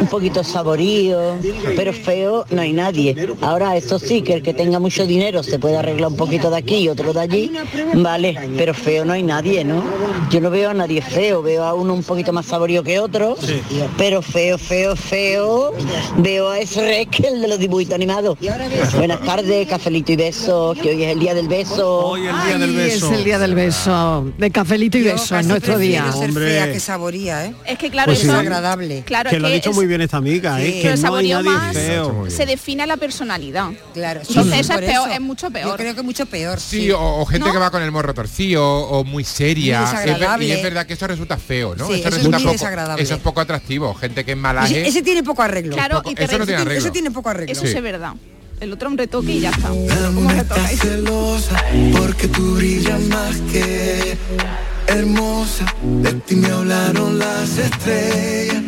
Speaker 24: un poquito saborío, pero feo no hay nadie. Ahora, eso sí, que el que tenga mucho dinero se puede arreglar un poquito de aquí y otro de allí, vale, pero feo no hay nadie, ¿no? Yo no veo a nadie feo, veo a uno un poquito más saborío que otro, pero feo, feo, feo, veo a ese que el de los dibujitos animados. Buenas tardes, cafelito y beso, que hoy es el día del beso. Hoy
Speaker 2: el día
Speaker 3: Ay, Es el día del beso, de cafelito y
Speaker 24: Yo
Speaker 3: beso, es
Speaker 24: casi
Speaker 3: nuestro día.
Speaker 24: prefiero
Speaker 2: ser Hombre. fea que
Speaker 3: saboría, ¿eh?
Speaker 5: Es que claro,
Speaker 2: Pues sí.
Speaker 5: eso Claro,
Speaker 2: Claro,
Speaker 5: es
Speaker 2: que lo ha dicho
Speaker 5: es-
Speaker 2: muy bien esta amiga,
Speaker 5: Sí.
Speaker 2: ¿eh?
Speaker 5: Pero
Speaker 2: que no hay
Speaker 5: saborío
Speaker 2: nadie
Speaker 5: más-
Speaker 2: feo.
Speaker 5: se define la personalidad.
Speaker 6: Claro,
Speaker 5: Entonces eso
Speaker 6: por
Speaker 5: es peor,
Speaker 6: eso.
Speaker 5: es mucho peor.
Speaker 6: Yo creo que mucho peor.
Speaker 4: Sí, o, o gente que va con el morro torcido o muy seria.
Speaker 6: Muy
Speaker 4: Es ver-
Speaker 6: desagradable.
Speaker 4: y es verdad que eso resulta feo, ¿no?
Speaker 6: Sí, eso es
Speaker 4: resulta
Speaker 6: muy
Speaker 4: poco,
Speaker 6: desagradable.
Speaker 4: Eso es poco atractivo. Gente que es
Speaker 6: Ese,
Speaker 4: malaje.
Speaker 6: ese tiene poco arreglo.
Speaker 4: Claro, Poco- y te eso no tiene arreglo.
Speaker 6: Ese tiene poco arreglo.
Speaker 5: Eso
Speaker 4: Sí.
Speaker 5: sí es verdad. El otro un retoque y ya está.
Speaker 1: Estás celosa porque tú brillas más que hermosa. De ti me hablaron las estrellas.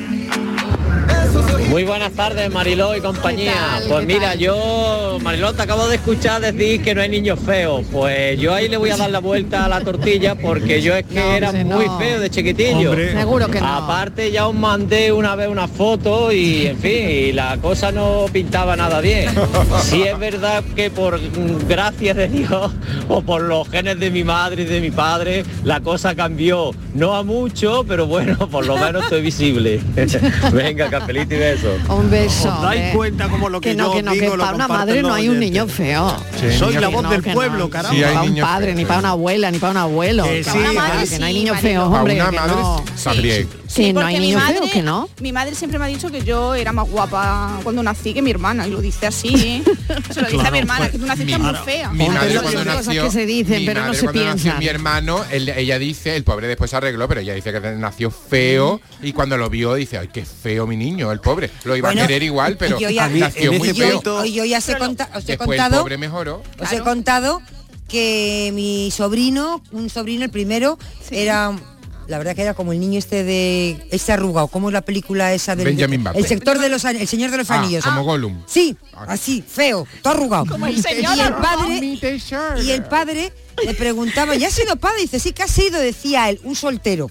Speaker 25: Muy buenas tardes, Mariló y compañía. Pues mira, yo, Mariló, te acabo de escuchar decir que no hay niños feos. Pues yo ahí le voy a dar la vuelta a la tortilla porque yo es que era muy feo de chiquitillo. Hombre. Seguro que no. Aparte ya os mandé una vez una foto y, en fin, y la cosa no pintaba nada bien. Sí es verdad que por mm, gracias de Dios o por los genes de mi madre y de mi padre, la cosa cambió. No a mucho, pero bueno, por lo menos estoy visible. Venga, capelito y beso.
Speaker 3: Un beso.
Speaker 2: ¿Os dais
Speaker 3: hombre.
Speaker 2: cuenta como lo que,
Speaker 3: no,
Speaker 2: yo
Speaker 3: que no,
Speaker 2: digo
Speaker 3: que
Speaker 2: lo
Speaker 3: para una
Speaker 2: comparten
Speaker 3: madre no
Speaker 2: los
Speaker 3: hay un
Speaker 2: oyentes?
Speaker 3: niño feo.
Speaker 2: Sí, Soy
Speaker 3: Que
Speaker 2: la voz del
Speaker 3: que
Speaker 2: pueblo,
Speaker 3: no. Ni
Speaker 2: caramba. Sí, hay
Speaker 3: para un
Speaker 2: niños
Speaker 3: padre, ni para una abuela, ni para un abuelo.
Speaker 2: Que
Speaker 3: Que
Speaker 2: sí,
Speaker 3: una madre,
Speaker 2: claro.
Speaker 3: que no hay
Speaker 2: sí,
Speaker 3: niños
Speaker 2: Marilo.
Speaker 3: feos,
Speaker 2: Para
Speaker 3: hombre.
Speaker 2: una
Speaker 3: que
Speaker 2: madre
Speaker 3: no.
Speaker 4: También.
Speaker 3: Sí, no hay
Speaker 5: porque mi
Speaker 3: niños
Speaker 5: madre-
Speaker 3: feos que no.
Speaker 5: Mi madre siempre me ha dicho que yo era más guapa cuando nací que mi hermana, y lo dice así, ¿eh? Se lo dice a
Speaker 4: Claro,
Speaker 5: mi hermana,
Speaker 4: pues,
Speaker 5: que tú naciste
Speaker 4: mi-
Speaker 5: muy
Speaker 4: ahora,
Speaker 5: fea.
Speaker 4: Mi madre
Speaker 3: son
Speaker 4: cuando
Speaker 3: cosas
Speaker 4: nació,
Speaker 3: que se dicen,
Speaker 4: mi
Speaker 3: pero no
Speaker 4: madre
Speaker 3: se
Speaker 4: cuando nació,
Speaker 3: piensan.
Speaker 4: mi hermano, él- ella dice, el pobre después se arregló, pero ella dice que nació feo
Speaker 3: Mm.
Speaker 4: y cuando lo vio dice, ay, qué feo mi niño, el pobre. Lo iba
Speaker 6: Bueno,
Speaker 4: a querer igual, pero
Speaker 6: yo ya-
Speaker 4: nació muy
Speaker 6: Hoy yo-
Speaker 4: feo.
Speaker 6: hoy yo ya os he, conta- os he
Speaker 4: Después el
Speaker 6: contado
Speaker 4: pobre mejoró.
Speaker 6: os he contado que mi sobrino un sobrino el primero era la verdad que era como el niño este de este arrugado como la película esa del
Speaker 4: Benjamin Button.
Speaker 6: el sector de los an- el señor de los
Speaker 4: Ah,
Speaker 6: anillos
Speaker 4: como Gollum.
Speaker 6: sí así feo todo arrugado
Speaker 5: Como el señor
Speaker 6: y el
Speaker 5: arrugado.
Speaker 6: padre y el padre le preguntaba ya ha sido padre dice sí que ha sido decía él un soltero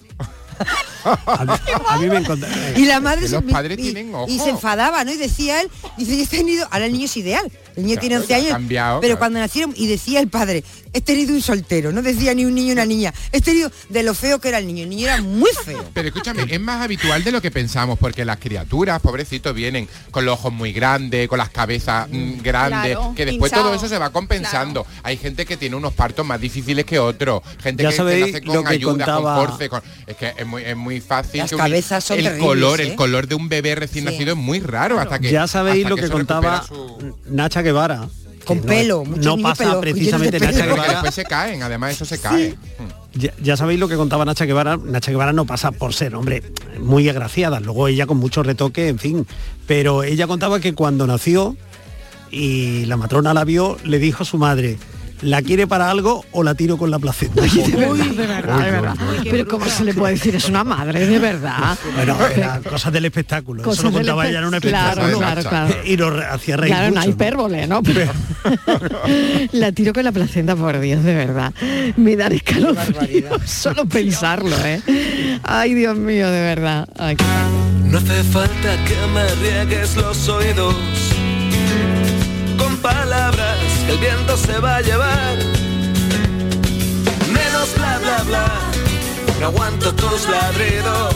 Speaker 2: A mí, a mí me encanta.
Speaker 6: y la madre se,
Speaker 2: los
Speaker 6: y, y se enfadaba, ¿no? Y decía él, dice, yo he tenido, ahora el niño es ideal, el
Speaker 4: Claro,
Speaker 6: niño tiene 11
Speaker 4: ha
Speaker 6: años,
Speaker 4: cambiado,
Speaker 6: pero
Speaker 4: claro.
Speaker 6: cuando nacieron, y decía el padre, he tenido un soltero, no decía ni un niño ni una niña, he tenido de lo feo que era el niño, el niño era muy feo.
Speaker 4: Pero escúchame, es más habitual de lo que pensamos, porque las criaturas, pobrecitos, vienen con los ojos muy grandes, con las cabezas mm, grandes,
Speaker 6: Claro,
Speaker 4: que después todo
Speaker 6: pinchao.
Speaker 4: eso se va compensando. Hay gente que tiene unos partos más difíciles que otros, gente
Speaker 2: Ya
Speaker 4: que, que
Speaker 2: sabéis
Speaker 4: nace con
Speaker 2: lo que
Speaker 4: ayuda,
Speaker 2: contaba-
Speaker 4: con force, con- es que es muy, es muy fácil.
Speaker 2: Las
Speaker 4: que un-
Speaker 2: cabezas son
Speaker 4: el
Speaker 2: terribles,
Speaker 4: color,
Speaker 2: ¿eh?
Speaker 4: el color de un bebé recién nacido es muy raro hasta que
Speaker 2: ya sabéis
Speaker 4: hasta
Speaker 2: lo que,
Speaker 4: se
Speaker 2: contaba
Speaker 4: recupera su-
Speaker 2: Nacha Guevara. Con
Speaker 4: pelo, muchos
Speaker 2: No
Speaker 4: niños
Speaker 2: pasa
Speaker 4: pelo-
Speaker 2: precisamente
Speaker 4: llenos de
Speaker 2: Nacha
Speaker 4: pelo.
Speaker 2: Guevara.
Speaker 4: Después se caen, además eso se cae.
Speaker 2: Ya, ya sabéis lo que contaba Nacha Guevara. Nacha Guevara no pasa por ser, hombre, muy agraciada. Luego ella con mucho retoque, en fin. Pero ella contaba que cuando nació y la matrona la vio, le dijo a su madre, ¿la quiere para algo o la tiro con la placenta?
Speaker 3: De verdad, de verdad. Pero cómo se le puede decir, es una madre, de verdad.
Speaker 2: Ah, Bueno, era cosas del espectáculo.
Speaker 3: Cosas
Speaker 2: Eso lo
Speaker 3: del
Speaker 2: contaba
Speaker 3: espe-
Speaker 2: ella en un
Speaker 3: Claro,
Speaker 2: espectáculo.
Speaker 3: claro, claro.
Speaker 2: Y lo re- hacía reír
Speaker 3: Claro, una
Speaker 2: mucho.
Speaker 3: hipérbole, ¿no? Pero- la tiro con la placenta, por Dios, de verdad. Me dan escalofríos solo pensarlo, ¿eh? Ay, Dios mío, de verdad. Ay, qué mal.
Speaker 1: No hace falta que me riegues los oídos con palabras que el viento se va a llevar. Menos bla bla bla, no aguanto tus ladridos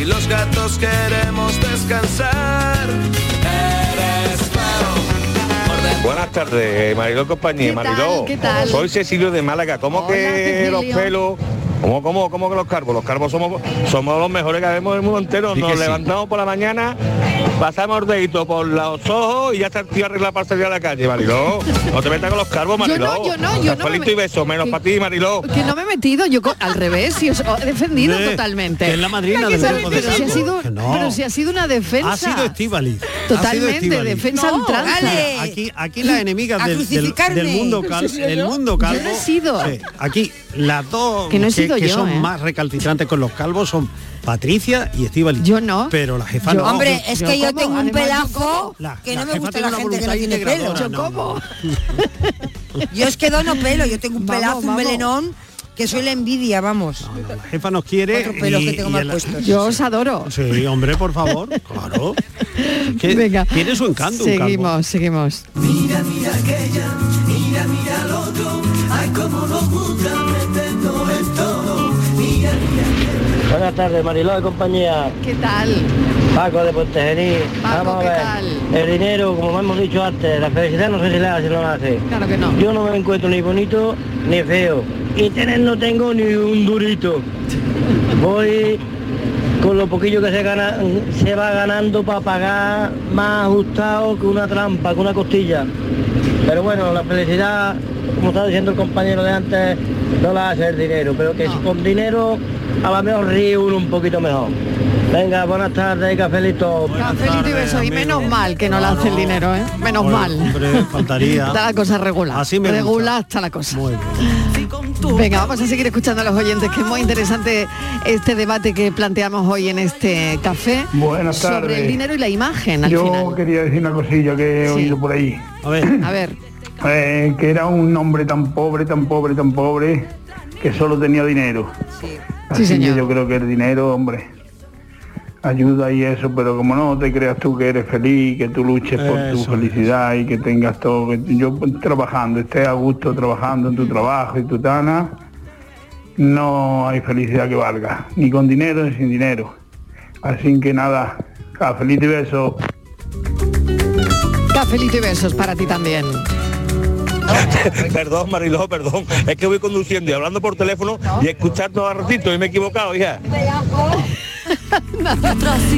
Speaker 1: y los gatos queremos descansar. Eres feo. Orden.
Speaker 26: Buenas tardes, eh, Mariló y compañía.
Speaker 1: ¿Qué tal?
Speaker 26: Mariló,
Speaker 1: ¿Qué tal?
Speaker 26: soy Cecilio de Málaga. ¿Cómo
Speaker 1: Hola,
Speaker 26: que los
Speaker 1: Cecilio.
Speaker 26: pelos? ¿Cómo, cómo, cómo que los carbos? Los carbos somos, somos los mejores que vemos del mundo entero.
Speaker 22: Di que
Speaker 26: Nos
Speaker 22: sí.
Speaker 26: levantamos por la mañana, pasamos el dedito por los ojos y ya está el tío arreglado para salir a la calle, Mariló. No te metas con los carbos,
Speaker 3: Yo no,
Speaker 26: Mariló.
Speaker 3: yo no, yo no me
Speaker 26: Cafelito y besos, menos
Speaker 3: que-
Speaker 26: para ti, Mariló.
Speaker 3: Que no me he metido, yo co- al revés, y os os he defendido
Speaker 26: Eh,
Speaker 3: totalmente.
Speaker 26: que es la madrina
Speaker 3: Pero
Speaker 26: del
Speaker 3: si ha-
Speaker 26: grupo de
Speaker 3: pero, si ha
Speaker 26: Salvo.
Speaker 3: sido,
Speaker 26: Que no.
Speaker 3: pero si ha sido una defensa.
Speaker 2: Ha sido Estivali.
Speaker 3: Totalmente, defensa a ultranza. Vale.
Speaker 2: Aquí, aquí las enemigas
Speaker 3: A
Speaker 2: del- del,
Speaker 3: crucificarme.
Speaker 2: del mundo calvo.
Speaker 3: ¿En serio
Speaker 2: El
Speaker 3: yo?
Speaker 2: mundo calvo.
Speaker 3: Yo no he sido.
Speaker 2: Sí, aquí las dos
Speaker 3: Que no he sido yo,
Speaker 2: son
Speaker 3: ¿eh?
Speaker 2: más recalcitrantes con los calvos son Patricia y Estivali.
Speaker 3: Yo no.
Speaker 2: Pero la jefa no.
Speaker 6: Hombre, es que yo tengo un
Speaker 3: además, yo
Speaker 6: pelazo que
Speaker 2: la
Speaker 6: no me
Speaker 2: jefa
Speaker 6: gusta la
Speaker 2: tiene una
Speaker 6: gente que no
Speaker 2: voluntad
Speaker 6: tiene pelo.
Speaker 2: integradora, no,
Speaker 6: Yo es que dono pelo, yo tengo un
Speaker 3: Vamos,
Speaker 6: pelazo, un
Speaker 3: vamos.
Speaker 6: melenón, que soy la envidia, vamos.
Speaker 2: La jefa nos quiere.
Speaker 6: Cuatro pelos que tengo mal
Speaker 2: a
Speaker 6: puestos.
Speaker 3: Yo os adoro.
Speaker 2: Sí, hombre, por favor. Claro. Es que
Speaker 3: Venga.
Speaker 2: Tiene su encanto un calvo.
Speaker 3: Seguimos, seguimos.
Speaker 1: Mira, mira aquella, mira, mira al otro, ay cómo nos gusta meternos en todo. Mira,
Speaker 25: Buenas tardes, Mariló y compañía.
Speaker 3: ¿Qué tal?
Speaker 25: Paco de Puentejerí.
Speaker 3: Paco, ¿qué tal?
Speaker 25: El dinero, como hemos dicho antes, la felicidad no sé si la hace o no la hace.
Speaker 3: Claro que no.
Speaker 25: Yo no me encuentro ni bonito ni feo. Y tener no tengo ni un durito. Voy con lo poquillo que se gana, se va ganando para pagar más ajustado que una trampa, que una costilla. Pero bueno, la felicidad, como estaba diciendo el compañero de antes, no la hace el dinero, pero que si con dinero a lo mejor ríe uno un poquito mejor. Venga, buenas tardes, cafelito.
Speaker 3: Cafelito y besos. Y menos mal que no la hace el dinero, ¿eh? Menos mal.
Speaker 2: Hombre, faltaría.
Speaker 3: Está la cosa regular.
Speaker 2: Así me gusta.
Speaker 3: regular está la cosa. Venga, vamos a seguir escuchando a los oyentes, que es muy interesante este debate que planteamos hoy en este café
Speaker 27: Buenas
Speaker 3: sobre
Speaker 27: tardes.
Speaker 3: el dinero y la imagen al
Speaker 27: Yo
Speaker 3: final.
Speaker 27: quería decir una cosilla que he oído por ahí. Eh,
Speaker 2: A ver.
Speaker 3: A ver,
Speaker 27: que era un hombre tan pobre, tan pobre, tan pobre, que solo tenía dinero. Así que yo creo que el dinero, hombre, ayuda y eso, pero como no te creas tú que eres feliz, que tú luches por tu
Speaker 2: Eso
Speaker 27: felicidad y que tengas
Speaker 3: Mm.
Speaker 27: todo, que yo pues, trabajando, estés a gusto trabajando en tu trabajo y tu tana, no hay felicidad que valga, ni con dinero ni sin dinero. Así que nada, a feliz y beso.
Speaker 3: Cafelito y besos para ti también.
Speaker 26: perdón, Mariló, perdón. Es que voy conduciendo y hablando por teléfono y escuchando a ratito y me he equivocado, hija.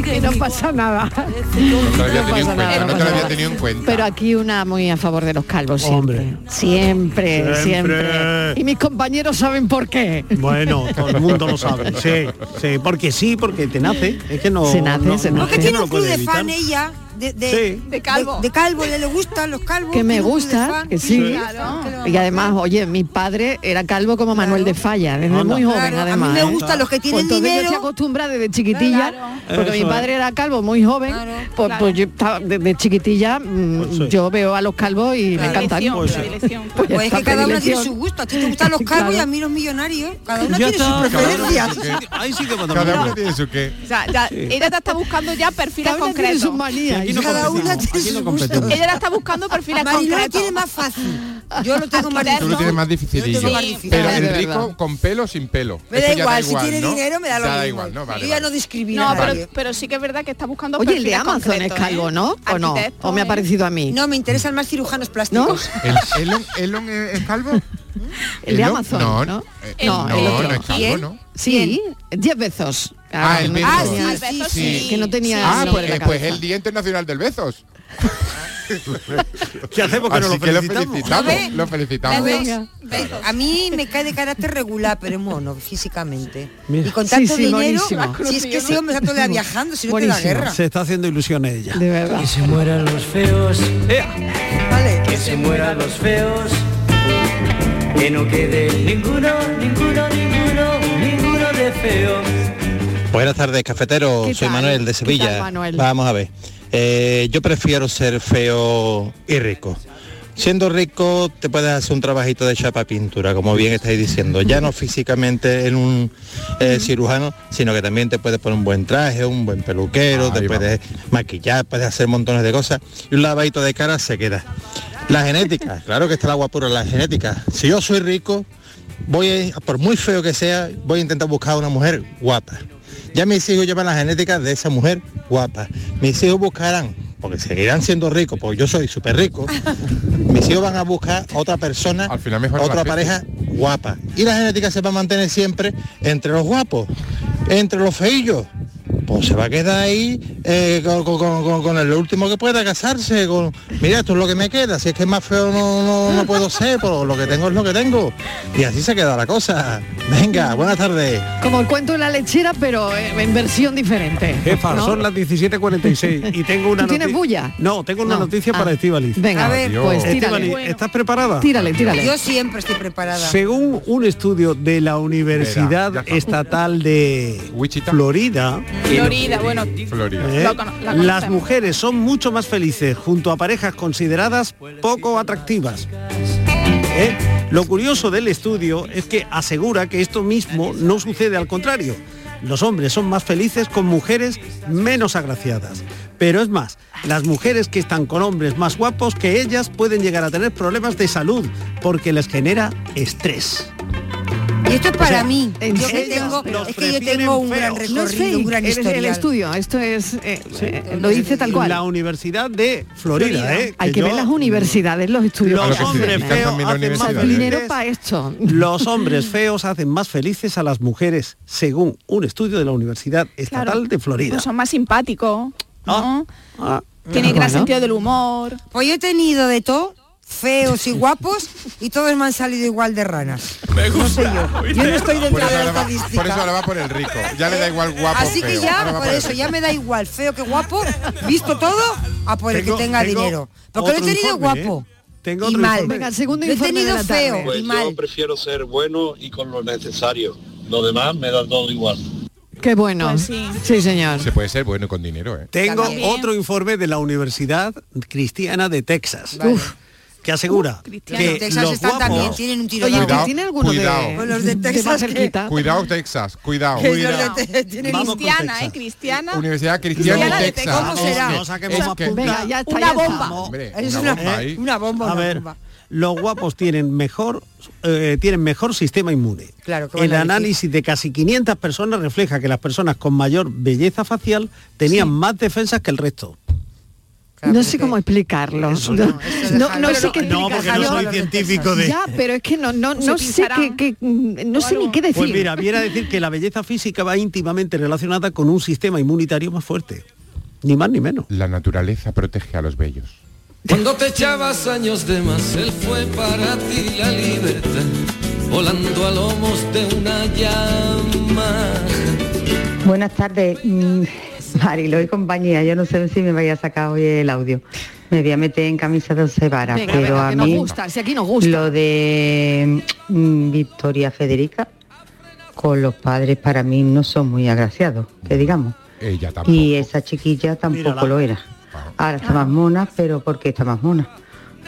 Speaker 3: que no pasa nada.
Speaker 4: No te lo había tenido
Speaker 3: No pasa
Speaker 4: en cuenta,
Speaker 3: nada,
Speaker 4: no te lo
Speaker 3: no pasa
Speaker 4: había
Speaker 3: nada.
Speaker 4: tenido en cuenta.
Speaker 3: Pero aquí una muy a favor de los calvos siempre. Siempre, siempre.
Speaker 2: Siempre.
Speaker 3: Y mis compañeros saben por qué.
Speaker 2: Bueno, todo el mundo lo sabe. Sí, sí, porque sí, porque te nace. Es que no.
Speaker 3: Se nace,
Speaker 2: no-
Speaker 3: se
Speaker 2: no-
Speaker 3: nace.
Speaker 2: es que no
Speaker 6: Tiene
Speaker 2: lo
Speaker 6: un club
Speaker 2: puedes
Speaker 6: de
Speaker 2: evitar.
Speaker 6: fan ella, de, de,
Speaker 2: Sí.
Speaker 6: de calvo. De, calvo, le, le gustan los calvos.
Speaker 3: Que me
Speaker 6: tiene un club de
Speaker 3: gusta,
Speaker 6: fan.
Speaker 3: que sí. Ah, Y además, oye, mi padre era calvo como Manuel de Falla, desde
Speaker 6: Anda.
Speaker 3: muy joven
Speaker 6: Claro, a mí
Speaker 3: además.
Speaker 6: me
Speaker 3: ¿eh?
Speaker 6: gustan los que tienen
Speaker 3: Pues entonces Yo
Speaker 6: dinero.
Speaker 3: se acostumbra desde chiquitilla, porque
Speaker 6: Eso
Speaker 3: mi padre era calvo muy joven, pues, pues yo estaba desde chiquitilla, mm,
Speaker 4: Pues
Speaker 3: yo veo a los calvos y me encantan.
Speaker 6: Pues sí.
Speaker 3: Pues
Speaker 6: Pues es
Speaker 3: esta
Speaker 6: que cada uno tiene
Speaker 3: predilección.
Speaker 6: su gusto. A ti te gustan los calvos y a mí los millonarios. Cada uno
Speaker 3: Ya
Speaker 6: tiene
Speaker 3: está,
Speaker 6: sus
Speaker 3: cada uno
Speaker 6: preferencias.
Speaker 4: tiene su
Speaker 2: Ahí sí que
Speaker 4: Cada uno tiene su qué.
Speaker 5: O sea, ya, ella te está buscando ya perfiles
Speaker 6: Cada una tiene
Speaker 5: concretos.
Speaker 6: sus manías. Aquí no Cada una competimos, tiene aquí no sus gustos. competimos.
Speaker 5: Ella la está buscando perfiles
Speaker 6: Mariló
Speaker 5: concretos. Ah,
Speaker 6: lo tiene más fácil. Yo lo tengo más
Speaker 4: Tú lo tienes
Speaker 6: difícil.
Speaker 4: más dificilillo.
Speaker 6: Yo lo tengo más difícil.
Speaker 4: Pero
Speaker 6: Es
Speaker 4: el
Speaker 6: verdad.
Speaker 4: rico con pelo o sin pelo.
Speaker 6: Me da
Speaker 4: Eso ya
Speaker 6: igual, si tiene
Speaker 4: ¿no?
Speaker 6: dinero me da lo
Speaker 4: Ya
Speaker 6: mismo.
Speaker 4: igual, ¿no? Vale,
Speaker 6: Yo ya
Speaker 4: vale.
Speaker 6: no discrimino
Speaker 5: No,
Speaker 6: a nadie.
Speaker 5: pero, pero sí que es verdad que está buscando
Speaker 3: Oye, el de
Speaker 5: perfiles
Speaker 3: Amazon es
Speaker 5: concretos, ¿eh?
Speaker 3: calvo, ¿no? ¿O no? ¿O me ha parecido a mí?
Speaker 6: No, me interesan más cirujanos plásticos.
Speaker 4: ¿El- Elon, Elon es es calvo?
Speaker 3: El de
Speaker 4: Elon-
Speaker 3: Amazon,
Speaker 4: No,
Speaker 3: ¿no?
Speaker 4: eh,
Speaker 3: No, el
Speaker 4: no,
Speaker 3: otro.
Speaker 4: no es calvo,
Speaker 3: ¿Quién?
Speaker 4: ¿no?
Speaker 3: Sí, 10 Bezos.
Speaker 4: Ah, el
Speaker 3: no me
Speaker 4: Bezos.
Speaker 3: acuerdo. Que no tenía
Speaker 4: Ah,
Speaker 3: nombre
Speaker 4: pues,
Speaker 3: en la
Speaker 4: eh, pues
Speaker 3: cabeza.
Speaker 4: el Día Internacional del Bezos.
Speaker 2: ¿Qué hacemos que no
Speaker 4: Así
Speaker 2: lo
Speaker 4: que lo
Speaker 2: felicitamos?
Speaker 4: felicitamos,
Speaker 2: ¿Eh?
Speaker 4: lo felicitamos.
Speaker 6: Besos, besos. A mí me cae de carácter regular, pero es mono físicamente.
Speaker 2: Mira.
Speaker 6: Y con
Speaker 2: Sí,
Speaker 6: tanto
Speaker 2: sí,
Speaker 6: dinero,
Speaker 2: buenísimo.
Speaker 6: si es que ese hombre está todo el día viajando, si no te da guerra.
Speaker 2: Se está haciendo ilusiones ella. Eh,
Speaker 3: De verdad.
Speaker 2: Que se mueran los feos.
Speaker 12: Que se mueran los feos. Que no quede ninguno, ninguno, ninguno, ninguno de feo.
Speaker 28: Buenas tardes, cafetero.
Speaker 12: ¿Qué
Speaker 28: Soy
Speaker 12: tal?
Speaker 28: Manuel de
Speaker 12: ¿Qué
Speaker 28: Sevilla.
Speaker 12: tal, Manuel?
Speaker 28: Vamos a ver. Eh, yo prefiero ser feo y rico. Siendo rico te puedes hacer un trabajito de chapa pintura, como bien estáis diciendo. Ya no físicamente en un eh, cirujano, sino que también te puedes poner un buen traje, un buen peluquero, te puedes maquillar, puedes hacer montones de cosas. Y un lavadito de cara se queda. La genética, claro que está el agua pura, la genética. Si yo soy rico, voy a, por muy feo que sea, voy a intentar buscar una mujer guapa. Ya mis hijos llevan la genética de esa mujer guapa. Mis hijos buscarán, porque seguirán siendo ricos, porque yo soy súper rico. mis hijos van a buscar otra persona, otra
Speaker 4: la
Speaker 28: pareja guapa. Y la genética se va a mantener siempre entre los guapos, entre los feillos. Pues se va a quedar ahí eh, con, con- con- con- con el último que pueda casarse. Con, Mira, esto es lo que me queda. Si es que más feo no, no- no puedo ser, pero lo que tengo es lo que tengo. Y así se queda la cosa. Venga, buenas tardes.
Speaker 3: Como el cuento de la lechera, pero eh, en versión diferente.
Speaker 2: Jefa,
Speaker 3: ¿no?
Speaker 2: son las 17.46 y tengo una
Speaker 3: ¿Tú tienes
Speaker 2: noti-
Speaker 3: bulla?
Speaker 2: No, tengo una
Speaker 3: No.
Speaker 2: noticia
Speaker 3: Ah.
Speaker 2: para Estivaliz.
Speaker 3: Venga. A ver, pues, tírale. Bueno.
Speaker 2: ¿estás preparada?
Speaker 3: Tírale, tírale.
Speaker 6: Yo siempre estoy preparada.
Speaker 2: Según un estudio de la Universidad
Speaker 6: Espera, ya
Speaker 2: Estatal de Florida,
Speaker 5: Florida, bueno.
Speaker 2: ¿eh?
Speaker 5: Lo cono- la
Speaker 2: las
Speaker 5: conocemos.
Speaker 2: mujeres son mucho más felices junto a parejas consideradas poco atractivas. ¿Eh? Lo curioso del estudio es que asegura que esto mismo no sucede al contrario. Los hombres son más felices con mujeres menos agraciadas. Pero es más, las mujeres que están con hombres más guapos que ellas pueden llegar a tener problemas de salud porque les genera estrés.
Speaker 6: Y esto es para
Speaker 2: sea,
Speaker 6: mí.
Speaker 2: en
Speaker 6: Yo que
Speaker 2: serio,
Speaker 6: tengo,
Speaker 2: los
Speaker 6: es que yo
Speaker 2: prefieren
Speaker 6: tengo un gran
Speaker 2: feos.
Speaker 6: recorrido,
Speaker 2: No es fake,
Speaker 6: un gran
Speaker 2: es el
Speaker 6: historial.
Speaker 3: estudio, esto es eh, eh, lo dice tal cual.
Speaker 2: La Universidad de Florida, ¿eh?
Speaker 3: Hay que
Speaker 2: yo-
Speaker 3: ver las universidades, los estudios.
Speaker 2: Los
Speaker 3: que hacen,
Speaker 2: hombres
Speaker 3: ¿eh?
Speaker 2: feos hacen más
Speaker 3: Más
Speaker 2: felices.
Speaker 3: dinero para esto.
Speaker 2: Los hombres feos hacen más felices a las mujeres, según un estudio de la Universidad Estatal
Speaker 5: Claro.
Speaker 2: de Florida.
Speaker 5: Pues son más simpáticos, ¿no?
Speaker 2: Ah,
Speaker 5: Tienen gran
Speaker 2: bueno.
Speaker 5: sentido del humor.
Speaker 6: Pues yo he tenido de todo, feos y guapos, y todos me han salido igual de ranas. No sé yo. Yo no estoy
Speaker 4: por,
Speaker 6: dentro
Speaker 4: eso
Speaker 6: de la
Speaker 4: ahora va, por eso ahora
Speaker 6: estadística.
Speaker 4: va por el rico. Ya le da igual guapo.
Speaker 6: Así que
Speaker 4: feo. Ahora
Speaker 6: ya,
Speaker 4: va
Speaker 6: por eso,
Speaker 4: el-
Speaker 6: ya me da igual, feo que guapo, visto todo, a por el que
Speaker 4: Tengo-
Speaker 6: tenga
Speaker 4: tengo
Speaker 6: dinero. Porque lo he
Speaker 4: otro
Speaker 6: tenido
Speaker 4: informe,
Speaker 6: guapo.
Speaker 2: ¿eh? Tengo
Speaker 6: Y
Speaker 2: otro
Speaker 6: mal.
Speaker 2: informe.
Speaker 3: Venga, el segundo
Speaker 6: Lo he
Speaker 3: informe
Speaker 6: tenido
Speaker 3: de la
Speaker 6: feo
Speaker 3: tarde.
Speaker 6: y
Speaker 11: Pues
Speaker 6: mal.
Speaker 11: yo prefiero ser bueno y con lo necesario. Lo demás me da todo igual.
Speaker 3: Qué bueno.
Speaker 6: Pues
Speaker 3: sí. señor.
Speaker 4: Se puede ser bueno con dinero, ¿eh?
Speaker 2: Tengo
Speaker 3: También.
Speaker 2: otro informe de la Universidad Cristiana de Texas.
Speaker 3: Vale. Uf.
Speaker 2: que asegura
Speaker 6: Claro,
Speaker 2: que
Speaker 6: Texas
Speaker 2: los
Speaker 6: están
Speaker 2: guapos...
Speaker 6: también, tienen un tiro Oye, ¿usted tiene alguno de- Pues los de de Texas más que- cerquita?
Speaker 4: Cuidado, Texas, cuidado.
Speaker 6: Que los de
Speaker 4: Cuidado.
Speaker 5: Cristiana, ¿eh? Cristiana.
Speaker 4: Universidad Cristiana
Speaker 5: Cristiana
Speaker 4: de
Speaker 5: de
Speaker 4: Texas.
Speaker 5: Texas. ¿Cómo será?
Speaker 4: No, saquemos
Speaker 5: Es
Speaker 4: más
Speaker 5: que-
Speaker 4: punta.
Speaker 5: Venga, ya está, Una ya está. bomba.
Speaker 4: Hombre,
Speaker 6: Es
Speaker 4: una
Speaker 6: una-
Speaker 4: bomba ahí.
Speaker 6: una bomba,
Speaker 2: A
Speaker 6: una
Speaker 2: ver,
Speaker 6: bomba.
Speaker 2: los guapos tienen mejor eh, tienen mejor sistema inmune.
Speaker 6: Claro, ¿qué van
Speaker 2: El
Speaker 6: a decir?
Speaker 2: análisis de casi 500 personas refleja que las personas con mayor belleza facial tenían más defensas que el resto.
Speaker 3: No sé cómo explicarlo. No, no, no sé qué
Speaker 2: No, porque no soy científico de...
Speaker 3: Ya, pero es que no, no,
Speaker 2: Se
Speaker 3: no sé
Speaker 2: pinzará.
Speaker 3: qué, qué- no sé ni qué decir.
Speaker 2: Pues mira, viene a decir que la belleza física va íntimamente relacionada con un sistema inmunitario más fuerte. Ni más ni menos.
Speaker 4: La naturaleza protege a los bellos.
Speaker 29: Cuando te echabas años de más, él fue para ti la libertad, volando a lomos de una llama.
Speaker 7: Buenas tardes, mm, Marilo y compañía. Yo no sé si me vaya a sacar hoy el audio. Me voy a meter en camisa de once varas,
Speaker 3: Venga,
Speaker 7: pero
Speaker 3: venga,
Speaker 7: a
Speaker 3: que nos
Speaker 7: mí
Speaker 3: gusta, si aquí nos gusta.
Speaker 7: lo de mm, Victoria Federica con los padres para mí no son muy agraciados, que digamos.
Speaker 4: Ella tampoco.
Speaker 7: Y esa chiquilla tampoco
Speaker 4: Mírala.
Speaker 7: lo era. Ahora está más mona, pero ¿por qué está más mona?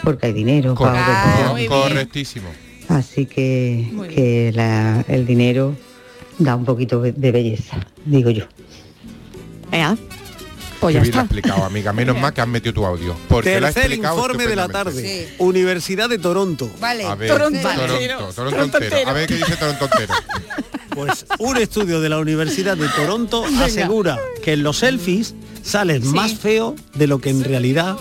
Speaker 7: Porque hay dinero. para
Speaker 4: Cor-
Speaker 7: organizar.
Speaker 4: correctísimo.
Speaker 7: Así que, que la- el dinero da un poquito de- de belleza, digo yo.
Speaker 3: Pues
Speaker 4: Qué bien lo has explicado, amiga. Menos mal que has metido tu audio. Porque lo has
Speaker 2: Tercer
Speaker 4: explicado
Speaker 2: informe de la
Speaker 4: estupendamente.
Speaker 2: tarde. Universidad de Toronto.
Speaker 6: Vale.
Speaker 4: A ver,
Speaker 2: Toronto.
Speaker 4: Toronto, Toronto entero. A ver qué dice Toronto entero.
Speaker 2: Pues un estudio de la Universidad de Toronto asegura que en los selfies sales más feo de lo que en realidad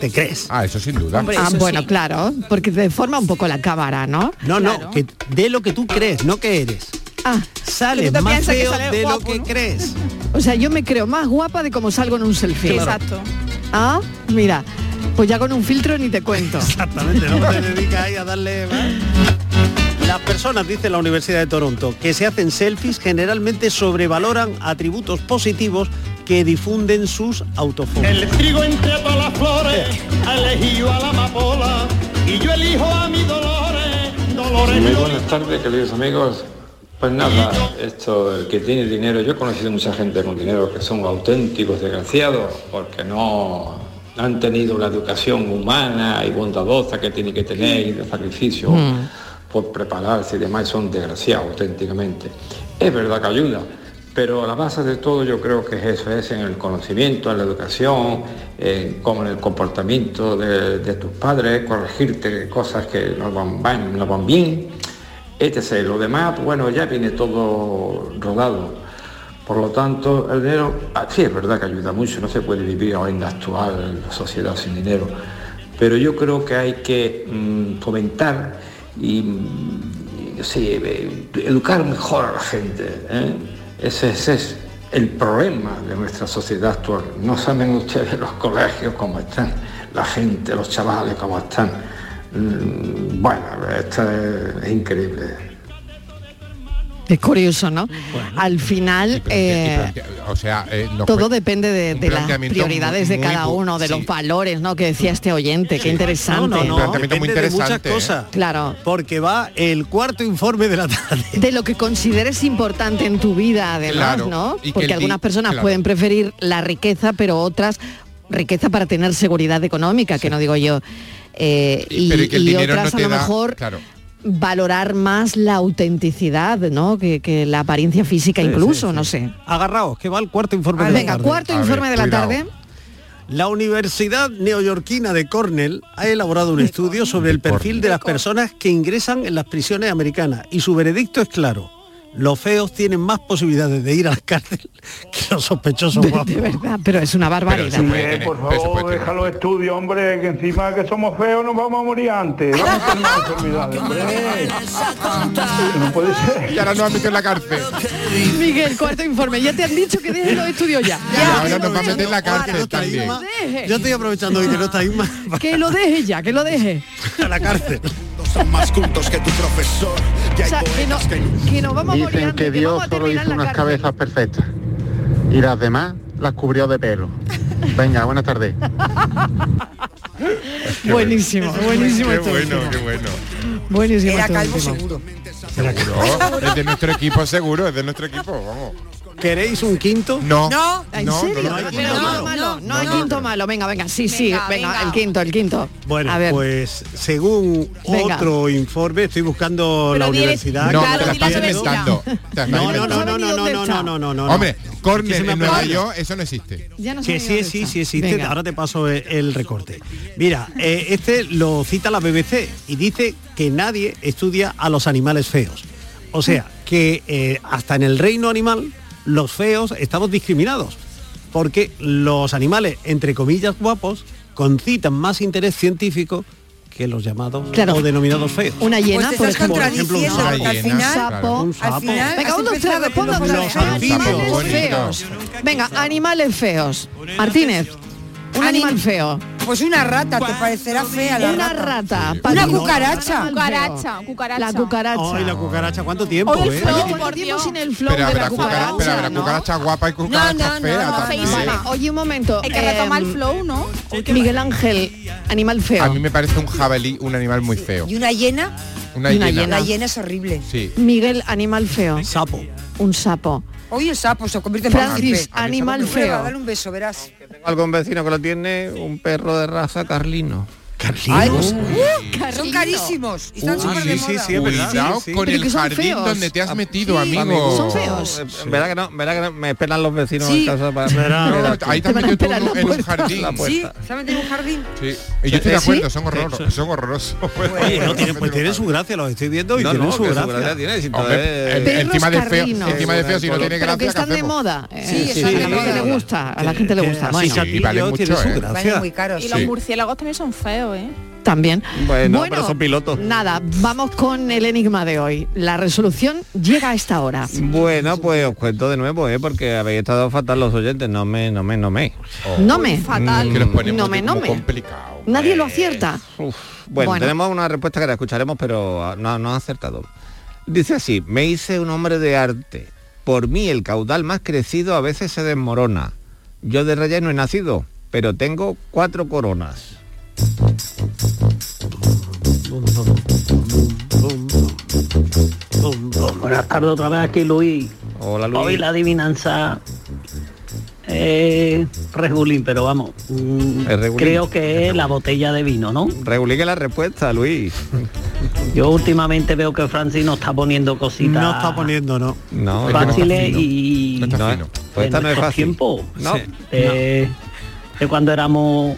Speaker 2: te crees.
Speaker 4: Ah, eso sin duda.
Speaker 3: ah, bueno, claro, porque te deforma un poco la cámara, ¿no?
Speaker 2: No, no, que de lo que tú crees, no que eres.
Speaker 3: Ah,
Speaker 2: Sales
Speaker 3: Pero tú
Speaker 2: más
Speaker 3: piensas que
Speaker 2: feo
Speaker 3: sales
Speaker 2: de
Speaker 3: guapo,
Speaker 2: lo que crees.
Speaker 3: o sea, yo me creo más guapa de como salgo en un selfie.
Speaker 2: Claro.
Speaker 3: Ah, mira, pues ya con un filtro ni te cuento.
Speaker 2: Exactamente, no te dedicas ahí a darle más. Las personas, dice la Universidad de Toronto, que se hacen selfies generalmente sobrevaloran atributos positivos que difunden sus autofotos.
Speaker 15: El trigo entre todas las flores, ha elegido a la amapola y yo elijo a mi Dolores, Dolores.
Speaker 30: Muy buenas tardes, queridos amigos. Pues nada, esto, el que tiene dinero, yo he conocido mucha gente con dinero que son auténticos desgraciados porque no han tenido la educación humana y bondadosa que tiene que tener y de sacrificio
Speaker 15: Mm.
Speaker 30: por prepararse y demás, son desgraciados auténticamente. Es verdad que ayuda, pero la base de todo yo creo que es eso, es en el conocimiento, en la educación, en cómo- en el comportamiento de, de tus padres, corregirte cosas que no van, van- no van bien, etc. Lo demás, bueno, ya viene todo rodado. Por lo tanto, el dinero, ah, sí es verdad que ayuda mucho, no se puede vivir ahora en la actual sociedad sin dinero, pero yo creo que hay que mm, fomentar y mm, yo sé, eh, educar mejor a la gente. ¿eh? Ese, ese es el problema de nuestra sociedad actual. No saben ustedes los colegios cómo están, la gente, los chavales cómo están. Mm, Bueno, esto es, es increíble.
Speaker 3: Es curioso, ¿no? Al final, eh,
Speaker 4: O sea, eh, nos
Speaker 3: todo
Speaker 4: cuen-
Speaker 3: depende de,
Speaker 4: un
Speaker 3: de las
Speaker 4: planteamiento
Speaker 3: prioridades de
Speaker 4: muy
Speaker 3: cada
Speaker 4: bu-
Speaker 3: uno, de
Speaker 4: sí.
Speaker 3: los valores, ¿no? Que decía este oyente, qué interesante.
Speaker 2: No, no, no,
Speaker 4: planteamiento muy
Speaker 2: depende de muchas
Speaker 4: interesante, ¿eh?
Speaker 2: cosas.
Speaker 3: Claro.
Speaker 2: Porque va el cuarto informe de la tarde.
Speaker 3: De lo que consideres importante en tu vida, además,
Speaker 2: Claro,
Speaker 3: ¿no?
Speaker 2: y que el
Speaker 3: Porque
Speaker 2: di-
Speaker 3: algunas personas
Speaker 2: claro.
Speaker 3: pueden preferir la riqueza, pero otras riqueza para tener seguridad económica, que no digo yo. eh, y,
Speaker 4: Pero que el
Speaker 3: y
Speaker 4: dinero no
Speaker 3: otras
Speaker 4: te
Speaker 3: a lo
Speaker 4: da-
Speaker 3: mejor
Speaker 4: claro.
Speaker 3: valorar más la autenticidad, ¿no? Que, que la apariencia física
Speaker 2: Sí,
Speaker 3: incluso,
Speaker 2: sí, sí.
Speaker 3: no sé.
Speaker 2: Agarraos, que va el cuarto informe
Speaker 3: Ah,
Speaker 2: de la
Speaker 3: venga,
Speaker 2: tarde.
Speaker 3: cuarto A ver, informe de la cuidado. tarde.
Speaker 2: La Universidad Neoyorquina de Cornell ha elaborado un estudio sobre el perfil de las personas que ingresan en las prisiones americanas y su veredicto es claro. Los feos tienen más posibilidades de ir a la cárcel que los sospechosos guapos.
Speaker 3: De verdad, pero es una barbaridad.
Speaker 27: Eh, por favor, deja los estudios, hombre, que encima que somos feos nos vamos a morir antes. Vamos a tener enfermedades, hombre. No puede ser.
Speaker 4: Y ahora nos han metido en la cárcel.
Speaker 3: Miguel, cuarto informe. Ya te han dicho que dejes los estudios ya.
Speaker 4: Y ahora nos va a meter en la cárcel también.
Speaker 3: Deje.
Speaker 2: Yo estoy aprovechando hoy que no está Isma
Speaker 3: Que lo deje ya, que lo deje.
Speaker 2: a la cárcel.
Speaker 31: Son más cultos que tu profesor. Y
Speaker 3: O sea, que, no, que nos vamos a morir
Speaker 22: Dicen
Speaker 3: antes,
Speaker 22: que
Speaker 3: que
Speaker 22: Dios
Speaker 3: vamos a
Speaker 22: solo
Speaker 3: terminar
Speaker 22: hizo
Speaker 3: en la
Speaker 22: unas
Speaker 3: cárcel.
Speaker 22: cabezas perfectas y las demás las cubrió de pelo. Venga, buenas tardes.
Speaker 3: Buenísimo, buenísimo.
Speaker 4: Qué
Speaker 3: este
Speaker 4: bueno,
Speaker 3: último.
Speaker 4: qué bueno.
Speaker 3: Buenísimo.
Speaker 6: Era
Speaker 3: este
Speaker 6: calvo
Speaker 3: último.
Speaker 6: seguro.
Speaker 4: Seguro. Es de nuestro equipo, seguro. Es de nuestro equipo, vamos.
Speaker 2: ¿Queréis un quinto?
Speaker 4: No.
Speaker 3: No, ¿en
Speaker 2: no,
Speaker 3: serio?
Speaker 2: no hay
Speaker 3: Pero
Speaker 2: quinto
Speaker 3: no,
Speaker 2: malo.
Speaker 3: malo, no, hay quinto malo. Venga, venga, sí, sí, venga, el quinto, el quinto.
Speaker 2: Bueno,
Speaker 3: A ver.
Speaker 2: pues según
Speaker 3: Venga.
Speaker 2: otro informe, estoy buscando la
Speaker 3: di-
Speaker 2: universidad.
Speaker 3: No,
Speaker 2: que-
Speaker 3: claro,
Speaker 4: Te la estás inventando. Te la estás
Speaker 2: No, no, no,
Speaker 4: inventando.
Speaker 2: no, no, no, no, no, no, no, no.
Speaker 4: Hombre,
Speaker 2: Que se
Speaker 4: Corner
Speaker 2: me
Speaker 4: en Nueva
Speaker 2: apaga.
Speaker 4: York, eso no existe.
Speaker 3: Ya no
Speaker 2: que
Speaker 3: sabía
Speaker 2: sí,
Speaker 3: dónde
Speaker 2: sí,
Speaker 3: está.
Speaker 2: sí existe.
Speaker 3: Venga.
Speaker 2: Ahora te paso el- el recorte. Mira, eh, este lo cita la BBC y dice que nadie estudia a los animales feos. O sea, que eh, hasta en el reino animal los feos estamos discriminados. Porque los animales, entre comillas, guapos, concitan más interés científico que los llamados
Speaker 3: Claro.
Speaker 2: o denominados feos.
Speaker 3: Una hiena,
Speaker 2: Pues te
Speaker 3: por
Speaker 2: estás
Speaker 3: ejemplo.
Speaker 2: contradiciendo,
Speaker 3: Por
Speaker 2: porque al
Speaker 3: ejemplo, un
Speaker 2: final-
Speaker 3: sapo.
Speaker 2: Un sapo.
Speaker 3: Al final- Venga,
Speaker 6: has
Speaker 3: uno
Speaker 6: empezado
Speaker 3: otra vez, ponlo
Speaker 6: con
Speaker 3: otra
Speaker 6: los
Speaker 3: vez.
Speaker 6: anfibios,
Speaker 3: Animales
Speaker 6: bonitos.
Speaker 3: feos. Venga, animales feos. Martínez, un animal feo.
Speaker 6: Pues una rata, te parecerá fea la
Speaker 3: Una
Speaker 6: rata.
Speaker 3: Sí.
Speaker 6: Una
Speaker 3: Para ti.
Speaker 6: cucaracha.
Speaker 5: Cucaracha, cucaracha.
Speaker 3: La cucaracha.
Speaker 2: Ay, la cucaracha, ¿cuánto tiempo?
Speaker 3: Oye,
Speaker 2: eh?
Speaker 3: llevo tiempo sin el flow
Speaker 4: Pero
Speaker 3: de
Speaker 4: habrá
Speaker 3: la
Speaker 4: cucara- pero
Speaker 3: cucaracha,
Speaker 4: habrá
Speaker 3: ¿no?
Speaker 4: cucaracha guapa y cucaracha fea también.
Speaker 3: Vale, oye, un momento.
Speaker 5: Hay que retomar el
Speaker 3: flow, ¿no? Miguel Ángel, animal feo.
Speaker 4: A mí me parece un jabalí, un animal muy feo.
Speaker 6: una hiena?
Speaker 4: Una
Speaker 3: y una
Speaker 4: hiena.
Speaker 3: hiena. La
Speaker 6: hiena es horrible.
Speaker 4: Sí.
Speaker 3: Miguel, animal feo.
Speaker 2: Sapo.
Speaker 3: Un sapo.
Speaker 6: Hoy el sapo se convierte en
Speaker 3: Francis,
Speaker 6: príncipe.
Speaker 3: animal
Speaker 6: Hombre,
Speaker 3: feo.
Speaker 6: va a darle un beso, verás.
Speaker 18: Algún vecino que lo tiene, un perro de raza carlino.
Speaker 2: Carlino.
Speaker 6: Ay, pues, ¡uh! son carísimos. Y están
Speaker 18: Uy,
Speaker 6: súper de
Speaker 18: sí, sí,
Speaker 6: moda.
Speaker 18: sí, es verdad. Cuidado Sí, sí. con
Speaker 6: Pero
Speaker 18: el
Speaker 6: que son
Speaker 18: jardín
Speaker 6: feos.
Speaker 18: donde te has
Speaker 6: Ah,
Speaker 18: metido,
Speaker 6: sí.
Speaker 18: amigo.
Speaker 6: Son feos.
Speaker 18: Eh, Verá que no, verá que no, me esperan los vecinos
Speaker 6: Sí.
Speaker 18: en casa para...
Speaker 2: Verá.
Speaker 18: Mira,
Speaker 2: No,
Speaker 18: tú.
Speaker 2: ahí te Te van a has metido
Speaker 4: esperar tú en la en un puerta. jardín.
Speaker 18: La
Speaker 6: Sí,
Speaker 18: puerta.
Speaker 6: se ha metido en un jardín.
Speaker 4: Sí. Y yo estoy de
Speaker 3: ¿Eh,
Speaker 18: ¿Sí?
Speaker 4: acuerdo, son
Speaker 18: Sí.
Speaker 4: horrorosos. Son horrorosos.
Speaker 2: Oye, no tienen, pues tienen su gracia, los estoy viendo y
Speaker 18: No,
Speaker 2: tienen
Speaker 18: no,
Speaker 2: su
Speaker 18: que su
Speaker 2: gracia.
Speaker 18: gracia tiene, si
Speaker 2: Hombre,
Speaker 18: entonces-
Speaker 2: el-
Speaker 18: Perros
Speaker 2: encima de feo,
Speaker 18: carrinos.
Speaker 2: encima de feo, si no tiene
Speaker 3: Pero que
Speaker 2: gracia,
Speaker 3: están
Speaker 2: ¿qué
Speaker 3: de
Speaker 2: hacemos?
Speaker 3: moda. eh,
Speaker 2: Sí, están de
Speaker 3: a la
Speaker 2: moda.
Speaker 3: gente le gusta. A la gente le
Speaker 2: Que
Speaker 3: gusta.
Speaker 2: así
Speaker 3: Bueno,
Speaker 2: salpillos tienen su gracia.
Speaker 5: Y los murciélagos también son feos, ¿eh?
Speaker 3: También.
Speaker 18: Bueno, pero son pilotos.
Speaker 3: Nada, vamos con el enigma de hoy. La resolución llega a esta hora.
Speaker 18: Bueno, pues os cuento de nuevo, ¿eh? porque habéis estado fatal los oyentes. No me, no me, no me.
Speaker 3: No me. Fatal.
Speaker 18: Mm,
Speaker 3: No me, no me. Nadie lo acierta.
Speaker 18: Bueno,
Speaker 3: Bueno.
Speaker 18: tenemos una respuesta que la escucharemos, pero ah, no, no ha acertado. Dice así, me hice un hombre de arte. Por mí el caudal más crecido a veces se desmorona. Yo de relleno he nacido, pero tengo cuatro coronas.
Speaker 8: Buenas tardes otra vez aquí Luis.
Speaker 18: Hola Luis.
Speaker 8: Hoy la adivinanza es regulín, pero vamos, mm,
Speaker 18: Es regulín.
Speaker 8: creo que es la botella de vino, ¿no?
Speaker 18: Regulique la respuesta, Luis.
Speaker 8: Yo últimamente veo que Francis no está poniendo cositas.
Speaker 2: No está poniendo, no.
Speaker 18: No,
Speaker 8: fáciles
Speaker 18: no.
Speaker 8: y
Speaker 18: No,
Speaker 8: de
Speaker 18: eh, pues esta no es
Speaker 8: nuestros
Speaker 18: fácil.
Speaker 8: tiempos,
Speaker 18: No.
Speaker 8: de, de cuando éramos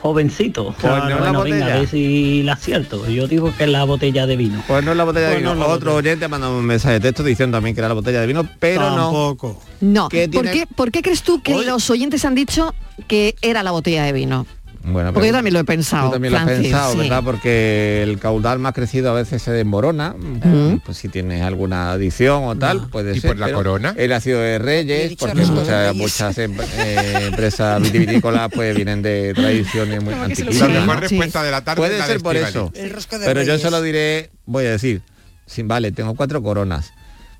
Speaker 8: jovencitos.
Speaker 18: Pues no es la
Speaker 8: venga,
Speaker 18: botella.
Speaker 8: a ver si la acierto. Yo digo que es la botella de vino.
Speaker 18: Pues no es la botella de
Speaker 8: Pues no
Speaker 18: vino.
Speaker 8: es la
Speaker 18: Otro oyente manda un mensaje de texto diciendo también que era la botella de vino, pero
Speaker 2: Tampoco.
Speaker 3: No.
Speaker 18: ¿Qué
Speaker 3: ¿Por
Speaker 18: tiene-
Speaker 3: qué, por qué crees tú que
Speaker 18: Hoy-
Speaker 3: los oyentes han dicho que era la botella de vino?
Speaker 2: Ah,
Speaker 18: no. Bueno,
Speaker 3: Porque yo también lo he pensado.
Speaker 18: Tú también lo has
Speaker 3: Francis,
Speaker 18: pensado,
Speaker 3: sí.
Speaker 18: ¿verdad? Porque el caudal más crecido a veces se desmorona.
Speaker 3: Ujú.
Speaker 18: Pues si tienes alguna adición o tal, puede
Speaker 4: ¿Y
Speaker 18: ser.
Speaker 4: por la
Speaker 18: pero
Speaker 4: corona?
Speaker 18: El ácido de Reyes, porque
Speaker 4: reyes.
Speaker 18: muchas, muchas em- eh, empresas vitivinícolas pues vienen de tradiciones muy
Speaker 4: Como que se lo
Speaker 18: antiguas.
Speaker 4: La mejor
Speaker 18: ¿no?
Speaker 4: respuesta de la tarde es
Speaker 18: Puede
Speaker 4: la de
Speaker 18: ser por eso.
Speaker 4: Estíbaliz.
Speaker 6: El rosco de
Speaker 18: Pero yo
Speaker 6: reyes.
Speaker 18: se lo diré, voy a decir, sin vale, tengo cuatro coronas,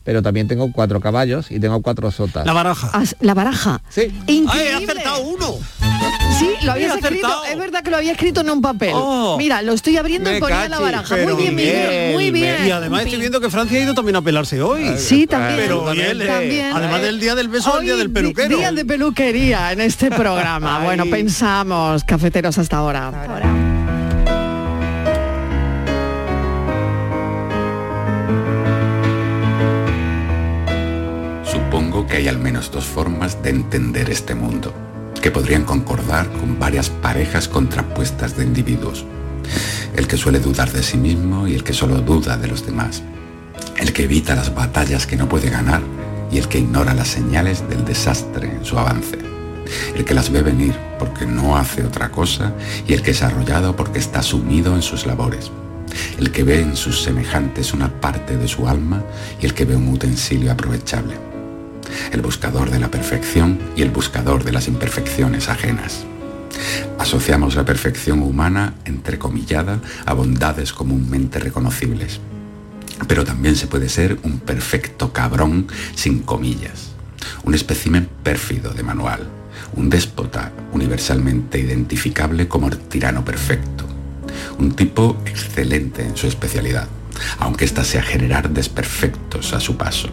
Speaker 18: pero también tengo cuatro caballos y tengo cuatro sotas.
Speaker 2: La baraja.
Speaker 3: As- La baraja.
Speaker 18: Sí.
Speaker 3: Increíble.
Speaker 2: acertado uno.
Speaker 3: Sí, lo habías
Speaker 2: Mira,
Speaker 3: escrito.
Speaker 2: acertado.
Speaker 3: Es verdad que lo había escrito en un papel.
Speaker 2: Oh.
Speaker 3: Mira, lo estoy abriendo y poniendo la baraja. Muy bien, Miguel. Muy bien.
Speaker 2: Y además estoy viendo que Francia ha ido también a pelarse hoy.
Speaker 3: Sí, también.
Speaker 2: Pero bien, eh,
Speaker 3: También.
Speaker 2: además del día del beso, el día del peluquero.
Speaker 3: Día de peluquería en este programa. bueno, pensamos, cafeteros hasta ahora.
Speaker 20: Supongo que hay al menos dos formas de entender este mundo, que podrían concordar con varias parejas contrapuestas de individuos. El que suele dudar de sí mismo y el que solo duda de los demás. El que evita las batallas que no puede ganar y el que ignora las señales del desastre en su avance. El que las ve venir porque no hace otra cosa y el que es arrollado porque está sumido en sus labores. El que ve en sus semejantes una parte de su alma y el que ve un utensilio aprovechable el buscador de la perfección y el buscador de las imperfecciones ajenas. Asociamos la perfección humana, entrecomillada, a bondades comúnmente reconocibles. Pero también se puede ser un perfecto cabrón sin comillas, un espécimen pérfido de manual, un déspota universalmente identificable como el tirano perfecto, un tipo excelente en su especialidad, aunque ésta sea generar desperfectos a su paso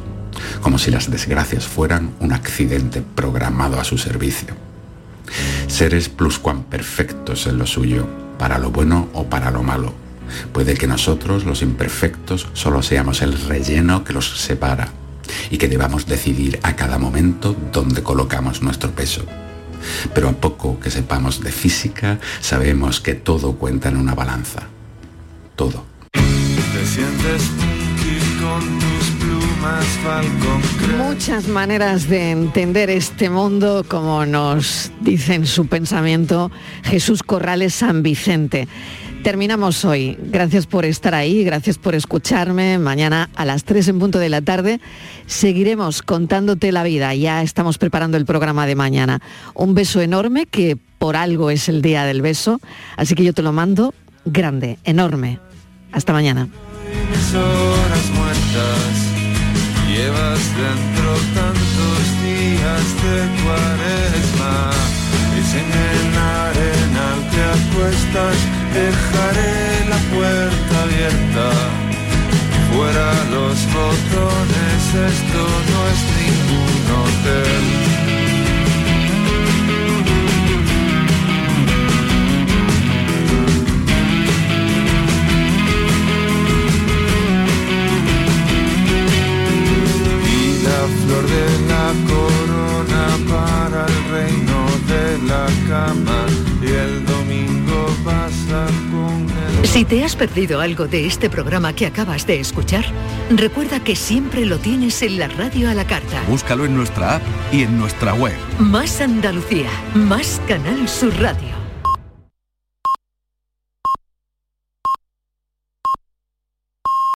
Speaker 20: como si las desgracias fueran un accidente programado a su servicio. Seres pluscuamperfectos en lo suyo, para lo bueno o para lo malo. Puede que nosotros, los imperfectos, solo seamos el relleno que los separa y que debamos decidir a cada momento dónde colocamos nuestro peso. Pero a poco que sepamos de física, sabemos que todo cuenta en una balanza. Todo.
Speaker 32: Te sientes punky con tus plumas falcón
Speaker 3: Muchas maneras de entender este mundo, como nos dice en su pensamiento Jesús Corrales San Vicente. Terminamos hoy. Gracias por estar ahí, gracias por escucharme. Mañana a las 3 en punto de la tarde seguiremos contándote la vida. Ya estamos preparando el programa de mañana. Un beso enorme que por algo es el día del beso, así que yo te lo mando grande, enorme. Hasta mañana.
Speaker 32: mis horas muertas. Llevas dentro tantos días de cuaresma. Dicen en arenal te acuestas, dejaré la puerta abierta. Fuera los botones, esto no es ningún hotel. y la flor de la corona para el reino de la cama y el domingo pasa con el
Speaker 12: Si te has perdido algo de este programa que acabas de escuchar, recuerda que siempre lo tienes en la radio a la carta.
Speaker 11: Búscalo en nuestra app y en nuestra web.
Speaker 12: Más Andalucía, más Canal Sur Radio.